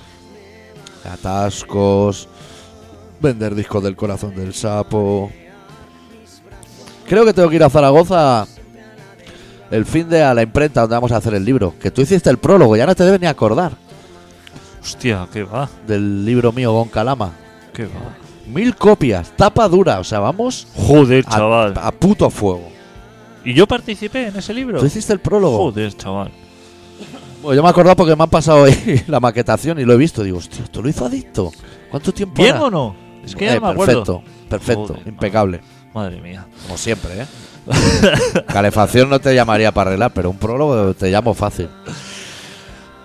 Speaker 1: Atascos, vender discos del corazón del sapo. Creo que tengo que ir a Zaragoza el fin de a la imprenta donde vamos a hacer el libro. Que tú hiciste el prólogo, ya no te debes ni acordar
Speaker 2: Hostia, qué va,
Speaker 1: del libro mío con Calama.
Speaker 2: qué va.
Speaker 1: Mil copias, tapa dura, o sea, vamos
Speaker 2: Joder,
Speaker 1: a-
Speaker 2: chaval.
Speaker 1: a puto fuego.
Speaker 2: ¿Y yo participé en ese libro?
Speaker 1: ¿Tú hiciste el prólogo?
Speaker 2: Joder, chaval.
Speaker 1: Bueno, yo me he acordado porque me han pasado hoy [laughs] la maquetación y lo he visto. Digo, hostia, ¿esto lo hizo adicto? ¿Cuánto tiempo
Speaker 2: ¿Bien
Speaker 1: era?
Speaker 2: o no? Es que
Speaker 1: Eh,
Speaker 2: ya no me acuerdo.
Speaker 1: Perfecto, perfecto,
Speaker 2: Joder,
Speaker 1: impecable.
Speaker 2: Madre mía.
Speaker 1: Como
Speaker 2: [laughs]
Speaker 1: siempre, ¿eh? Calefacción no te llamaría para arreglar, pero un prólogo te llamo fácil.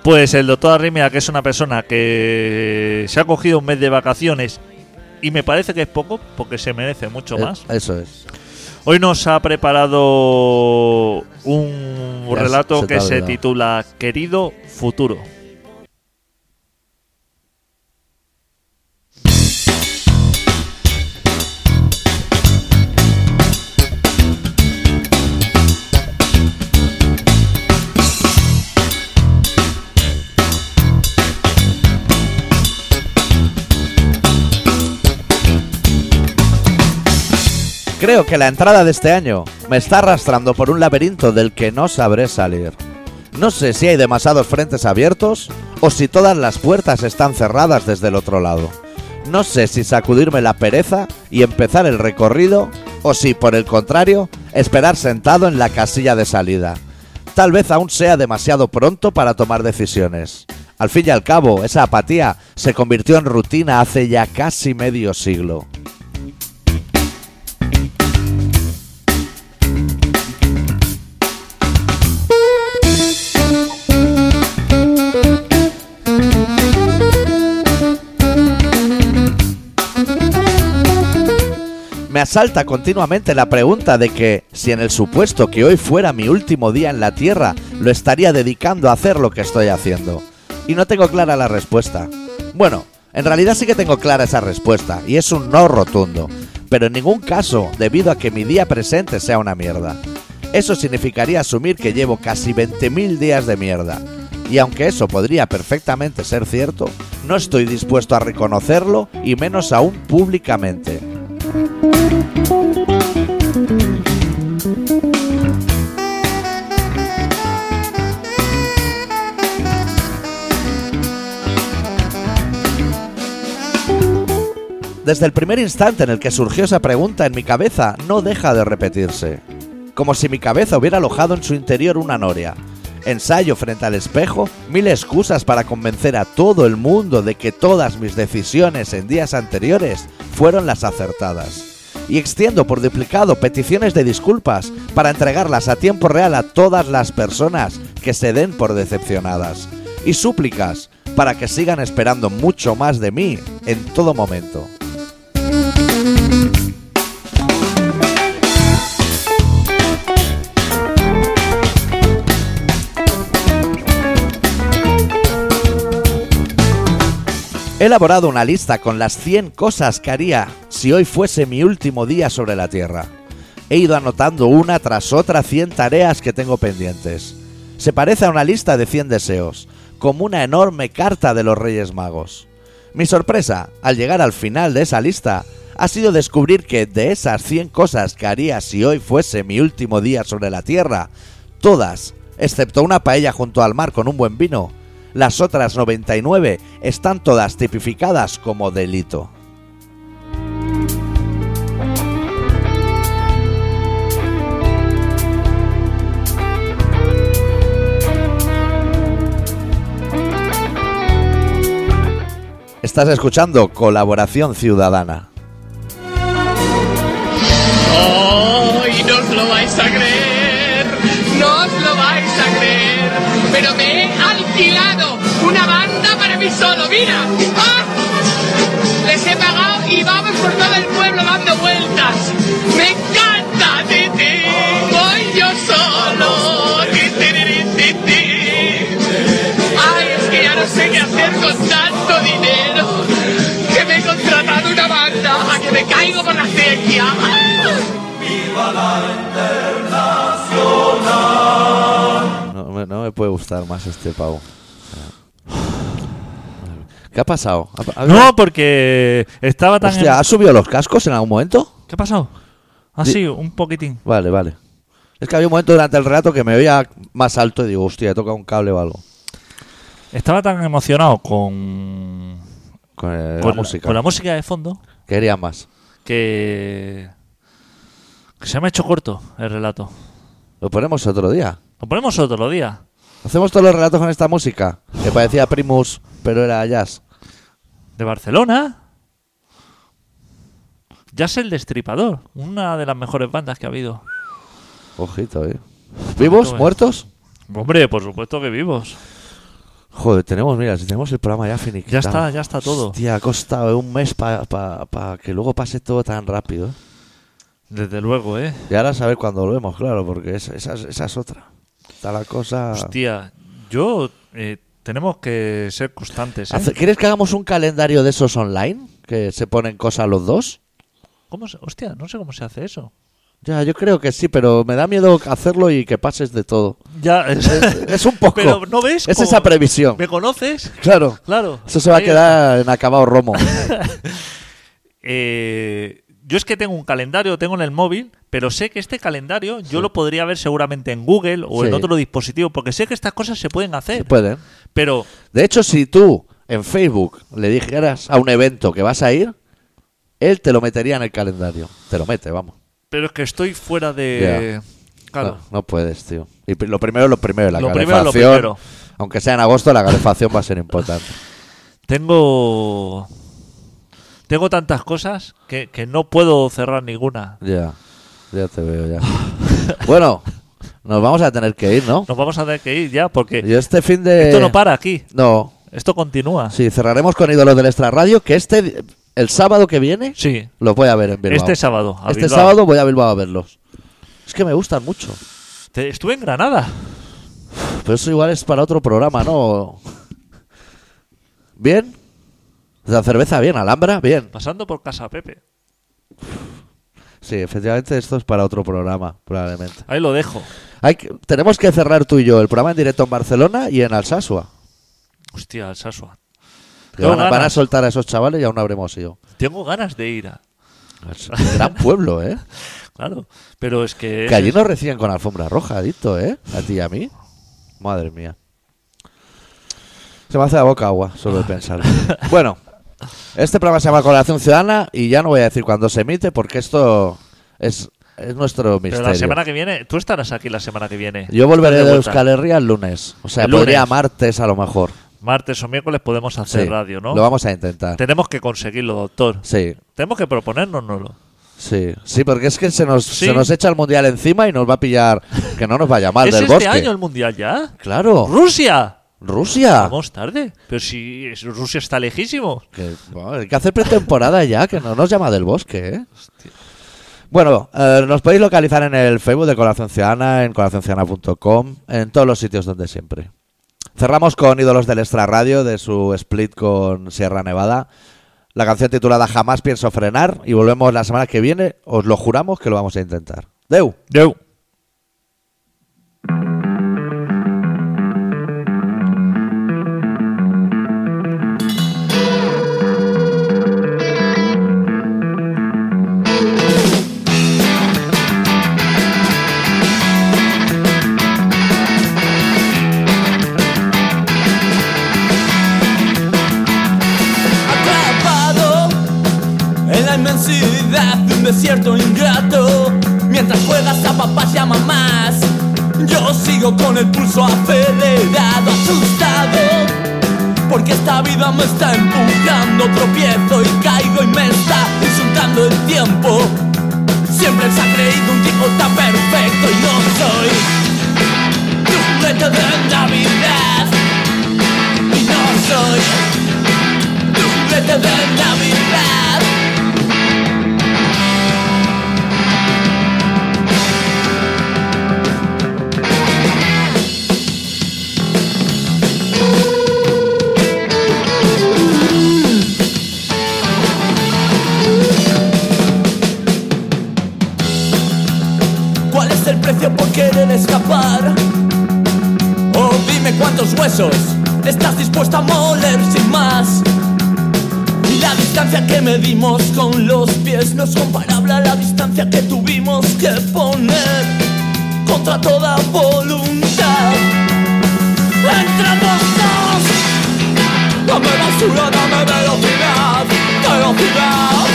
Speaker 2: Pues el doctor Arrimia, que es una persona que se ha cogido un mes de vacaciones y me parece que es poco porque se merece mucho
Speaker 1: Eh,
Speaker 2: más.
Speaker 1: Eso es.
Speaker 2: Hoy nos ha preparado un
Speaker 1: Ya se-
Speaker 2: relato
Speaker 1: se te
Speaker 2: que
Speaker 1: ha
Speaker 2: se
Speaker 1: olvidado.
Speaker 2: titula Querido Futuro.
Speaker 1: Creo que la entrada de este año me está arrastrando por un laberinto del que no sabré salir. No sé si hay demasiados frentes abiertos o si todas las puertas están cerradas desde el otro lado. No sé si sacudirme la pereza y empezar el recorrido o si, por el contrario, esperar sentado en la casilla de salida. Tal vez aún sea demasiado pronto para tomar decisiones. Al fin y al cabo, esa apatía se convirtió en rutina hace ya casi medio siglo. Me asalta continuamente la pregunta de que, si en el supuesto que hoy fuera mi último día en la Tierra, lo estaría dedicando a hacer lo que estoy haciendo. Y no tengo clara la respuesta. Bueno, en realidad sí que tengo clara esa respuesta, y es un no rotundo, pero en ningún caso debido a que mi día presente sea una mierda. Eso significaría asumir que llevo casi 20.000 días de mierda. Y aunque eso podría perfectamente ser cierto, no estoy dispuesto a reconocerlo y menos aún públicamente. Desde el primer instante en el que surgió esa pregunta en mi cabeza, no deja de repetirse. Como si mi cabeza hubiera alojado en su interior una noria. Ensayo frente al espejo, mil excusas para convencer a todo el mundo de que todas mis decisiones en días anteriores fueron las acertadas. y extiendo por duplicado peticiones de disculpas para entregarlas a tiempo real a todas las personas que se den por decepcionadas y súplicas para que sigan esperando mucho más de mí en todo momento. He elaborado una lista con las 100 cosas que haría si hoy fuese mi último día sobre la Tierra. He ido anotando una tras otra 100 tareas que tengo pendientes. Se parece a una lista de 100 deseos, como una enorme carta de los Reyes Magos. Mi sorpresa, al llegar al final de esa lista, ha sido descubrir que de esas 100 cosas que haría si hoy fuese mi último día sobre la Tierra, todas, excepto una paella junto al mar con un buen vino, las otras 99 están todas tipificadas como delito. Estás escuchando Colaboración Ciudadana.
Speaker 4: ¡Hoy no os lo vais a creer! ¡No os lo vais a creer! ¡Pero me he alquilado una banda para mí solo! ¡Mira! ¡Ah! Les he pagado y vamos por todo el pueblo dando vueltas. ¡Me encanta! ¡Ti, ti! ¡Voy yo solo! ¡Ti, ti, ti, ti, ti! Ay, es que ya no sé qué hacer con tanto dinero. Que me he contratado una banda a que me caigo por la cequia. ¡Ah!
Speaker 1: No, me- no me puede gustar más este pavo. ¿Qué ha pasado? ¿Ha- ha-
Speaker 2: No, porque estaba tan.
Speaker 1: Hostia, ¿ha subido los cascos en algún momento?
Speaker 2: ¿Qué ha pasado? Ah,
Speaker 1: Di-
Speaker 2: sí, un poquitín.
Speaker 1: Vale, vale. Es que había un momento durante el relato que me oía más alto y digo, hostia, he tocado un cable o algo.
Speaker 2: Estaba tan emocionado con.
Speaker 1: Con, eh,
Speaker 2: con
Speaker 1: la música.
Speaker 2: con la música de fondo
Speaker 1: Quería más.
Speaker 2: que. que se me ha hecho corto el relato.
Speaker 1: Lo ponemos otro día.
Speaker 2: Lo ponemos otro día.
Speaker 1: Hacemos todos los relatos con esta música. Que parecía Primus, pero era jazz.
Speaker 2: de Barcelona. Jazz el Destripador, una de las mejores bandas que ha habido.
Speaker 1: Ojito, eh. ¿Vivos?
Speaker 2: Joder.
Speaker 1: ¿Muertos?
Speaker 2: Hombre, por supuesto que vivos.
Speaker 1: Joder, tenemos, mira, si tenemos el programa ya finiquitado.
Speaker 2: Ya está, ya está todo.
Speaker 1: Hostia, ha costado eh, un mes para que luego pase todo tan rápido. eh.
Speaker 2: Desde luego, ¿eh?
Speaker 1: Y ahora saber cuándo volvemos, claro, porque es- esa, es- esa es otra. Está la cosa...
Speaker 2: Hostia, yo... eh, tenemos que ser constantes, ¿eh?
Speaker 1: Hace- ¿Quieres que hagamos un calendario de esos online? Que se ponen cosas los dos.
Speaker 2: ¿Cómo se- Hostia, no sé cómo se hace eso.
Speaker 1: Ya, yo creo que sí, pero me da miedo hacerlo y que pases de todo.
Speaker 2: [laughs] Ya, es,
Speaker 1: Es un poco.
Speaker 2: Pero no ves...
Speaker 1: Es
Speaker 2: cómo-
Speaker 1: esa previsión.
Speaker 2: ¿Me conoces?
Speaker 1: Claro.
Speaker 2: Claro. Eh,
Speaker 1: Eso se va a
Speaker 2: Ahí-
Speaker 1: quedar en acabado
Speaker 2: [laughs]
Speaker 1: romo.
Speaker 2: Eh, yo es que tengo un calendario, tengo en el móvil, pero sé que este calendario yo lo podría ver seguramente en Google o en
Speaker 1: Sí.
Speaker 2: otro dispositivo, porque sé que estas cosas se pueden hacer.
Speaker 1: Se pueden.
Speaker 2: Pero
Speaker 1: De hecho, si tú en Facebook le dijeras a un evento que vas a ir, él te lo metería en el calendario. Te lo mete, vamos.
Speaker 2: Pero es que estoy fuera de. Claro.
Speaker 1: No, no puedes, tío. Y pri- lo primero es lo primero. La
Speaker 2: Lo primero es
Speaker 1: calefacción.
Speaker 2: lo primero.
Speaker 1: Aunque sea en agosto, la calefacción va a ser importante.
Speaker 2: Tengo. Tengo tantas cosas que, que no puedo cerrar ninguna.
Speaker 1: Ya, ya te veo, ya. bueno, nos vamos a tener que ir, ¿no?
Speaker 2: Nos vamos a tener que ir ya porque
Speaker 1: Yo este fin de...
Speaker 2: eh, esto no para aquí.
Speaker 1: No,
Speaker 2: Esto continúa.
Speaker 1: sí, cerraremos con Ídolos del Extra Radio, que este, el sábado que viene,
Speaker 2: Sí.
Speaker 1: los voy a ver en Bilbao.
Speaker 2: Este sábado. a
Speaker 1: Este
Speaker 2: Bilbao.
Speaker 1: sábado voy a Bilbao a verlos. Es que me gustan mucho.
Speaker 2: Te- estuve en Granada.
Speaker 1: Pero eso igual es para otro programa, ¿no? ¿Bien? La cerveza bien, Alhambra, bien.
Speaker 2: Pasando por casa Pepe.
Speaker 1: Sí, efectivamente esto es para otro programa, probablemente.
Speaker 2: Ahí lo dejo.
Speaker 1: Hay que- tenemos que cerrar tú y yo el programa en directo en Barcelona y en Alsasua.
Speaker 2: Hostia, el Sasua.
Speaker 1: Que
Speaker 2: Tengo
Speaker 1: van, a- van a
Speaker 2: ganas.
Speaker 1: soltar a esos chavales y aún no habremos ido.
Speaker 2: Tengo ganas de ir. a-
Speaker 1: Es un gran pueblo, ¿eh?
Speaker 2: Claro. Pero es que.
Speaker 1: Que allí nos reciben con alfombra roja, adicto, ¿eh? A ti y a mí. Madre mía. Se me hace la boca agua solo de
Speaker 2: [laughs]
Speaker 1: pensarlo. Bueno, este programa se llama Colaboración Ciudadana y ya no voy a decir cuándo se emite porque esto es, es nuestro
Speaker 2: Pero
Speaker 1: misterio.
Speaker 2: la semana que viene. Tú estarás aquí la semana que viene.
Speaker 1: Yo volveré
Speaker 2: Estás
Speaker 1: de
Speaker 2: vuelta.
Speaker 1: Euskal Herria el lunes. O sea,
Speaker 2: El lunes.
Speaker 1: podría martes a lo mejor.
Speaker 2: Martes o miércoles podemos hacer
Speaker 1: Sí,
Speaker 2: radio, ¿no?
Speaker 1: Lo vamos a intentar.
Speaker 2: Tenemos que conseguirlo, doctor.
Speaker 1: Sí.
Speaker 2: Tenemos que proponérnoslo.
Speaker 1: Sí, sí, porque es que se nos,
Speaker 2: Sí.
Speaker 1: se nos echa el mundial encima y nos va a pillar que no nos vaya mal
Speaker 2: [laughs] ¿Es
Speaker 1: del
Speaker 2: este
Speaker 1: bosque.
Speaker 2: año el mundial ya?
Speaker 1: Claro,
Speaker 2: ¡Rusia!
Speaker 1: Rusia.
Speaker 2: Vamos tarde. Pero si es- Rusia está lejísimo.
Speaker 1: Que, bueno, hay que hacer pretemporada ya, que no nos llama del bosque, ¿eh? Bueno, eh, nos podéis localizar en el Facebook de Corazón Ciudadana, en corazonciudadana.com, en todos los sitios donde siempre. Cerramos con Ídolos del Extra Radio, de su split con Sierra Nevada. La canción titulada Jamás pienso frenar y volvemos la semana que viene. Os lo juramos que lo vamos a intentar. Deu.
Speaker 2: Deu.
Speaker 5: atrapado en la inmensidad de un desierto ingrato. Mientras juegas a papás y a mamás, yo sigo con el pulso acelerado, asustado. Porque esta vida me está empujando, tropiezo y caigo y me está insultando el tiempo. Siempre se ha creído un tipo tan perfecto y no soy. Tu juguete de Navidad y no soy tu juguete de Navidad. ¿Cuál es el precio por querer escapar? Oh, dime cuántos huesos estás dispuesto a moler sin más. Y la distancia que medimos con los pies no es comparable a la distancia que tuvimos que poner contra toda voluntad. Entre los dos, dame basura, dame velocidad, velocidad.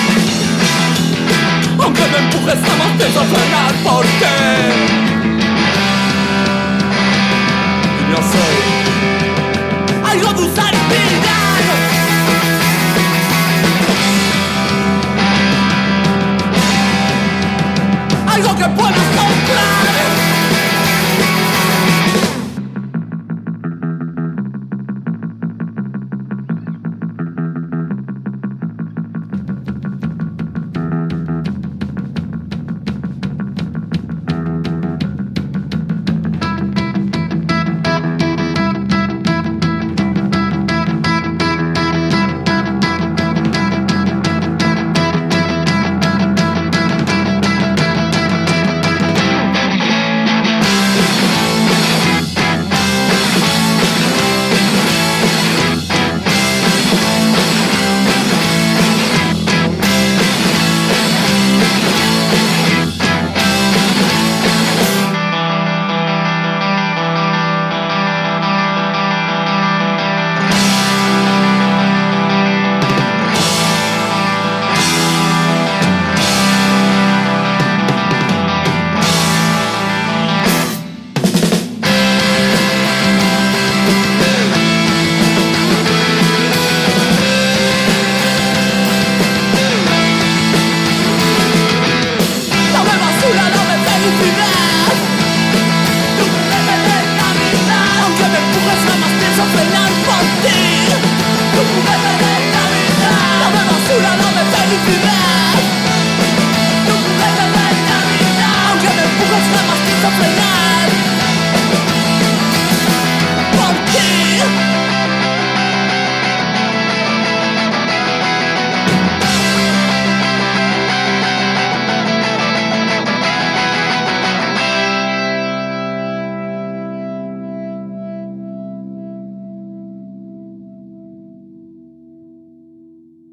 Speaker 5: Aunque me empujes, jamás pienso frenar porque no soy algo de un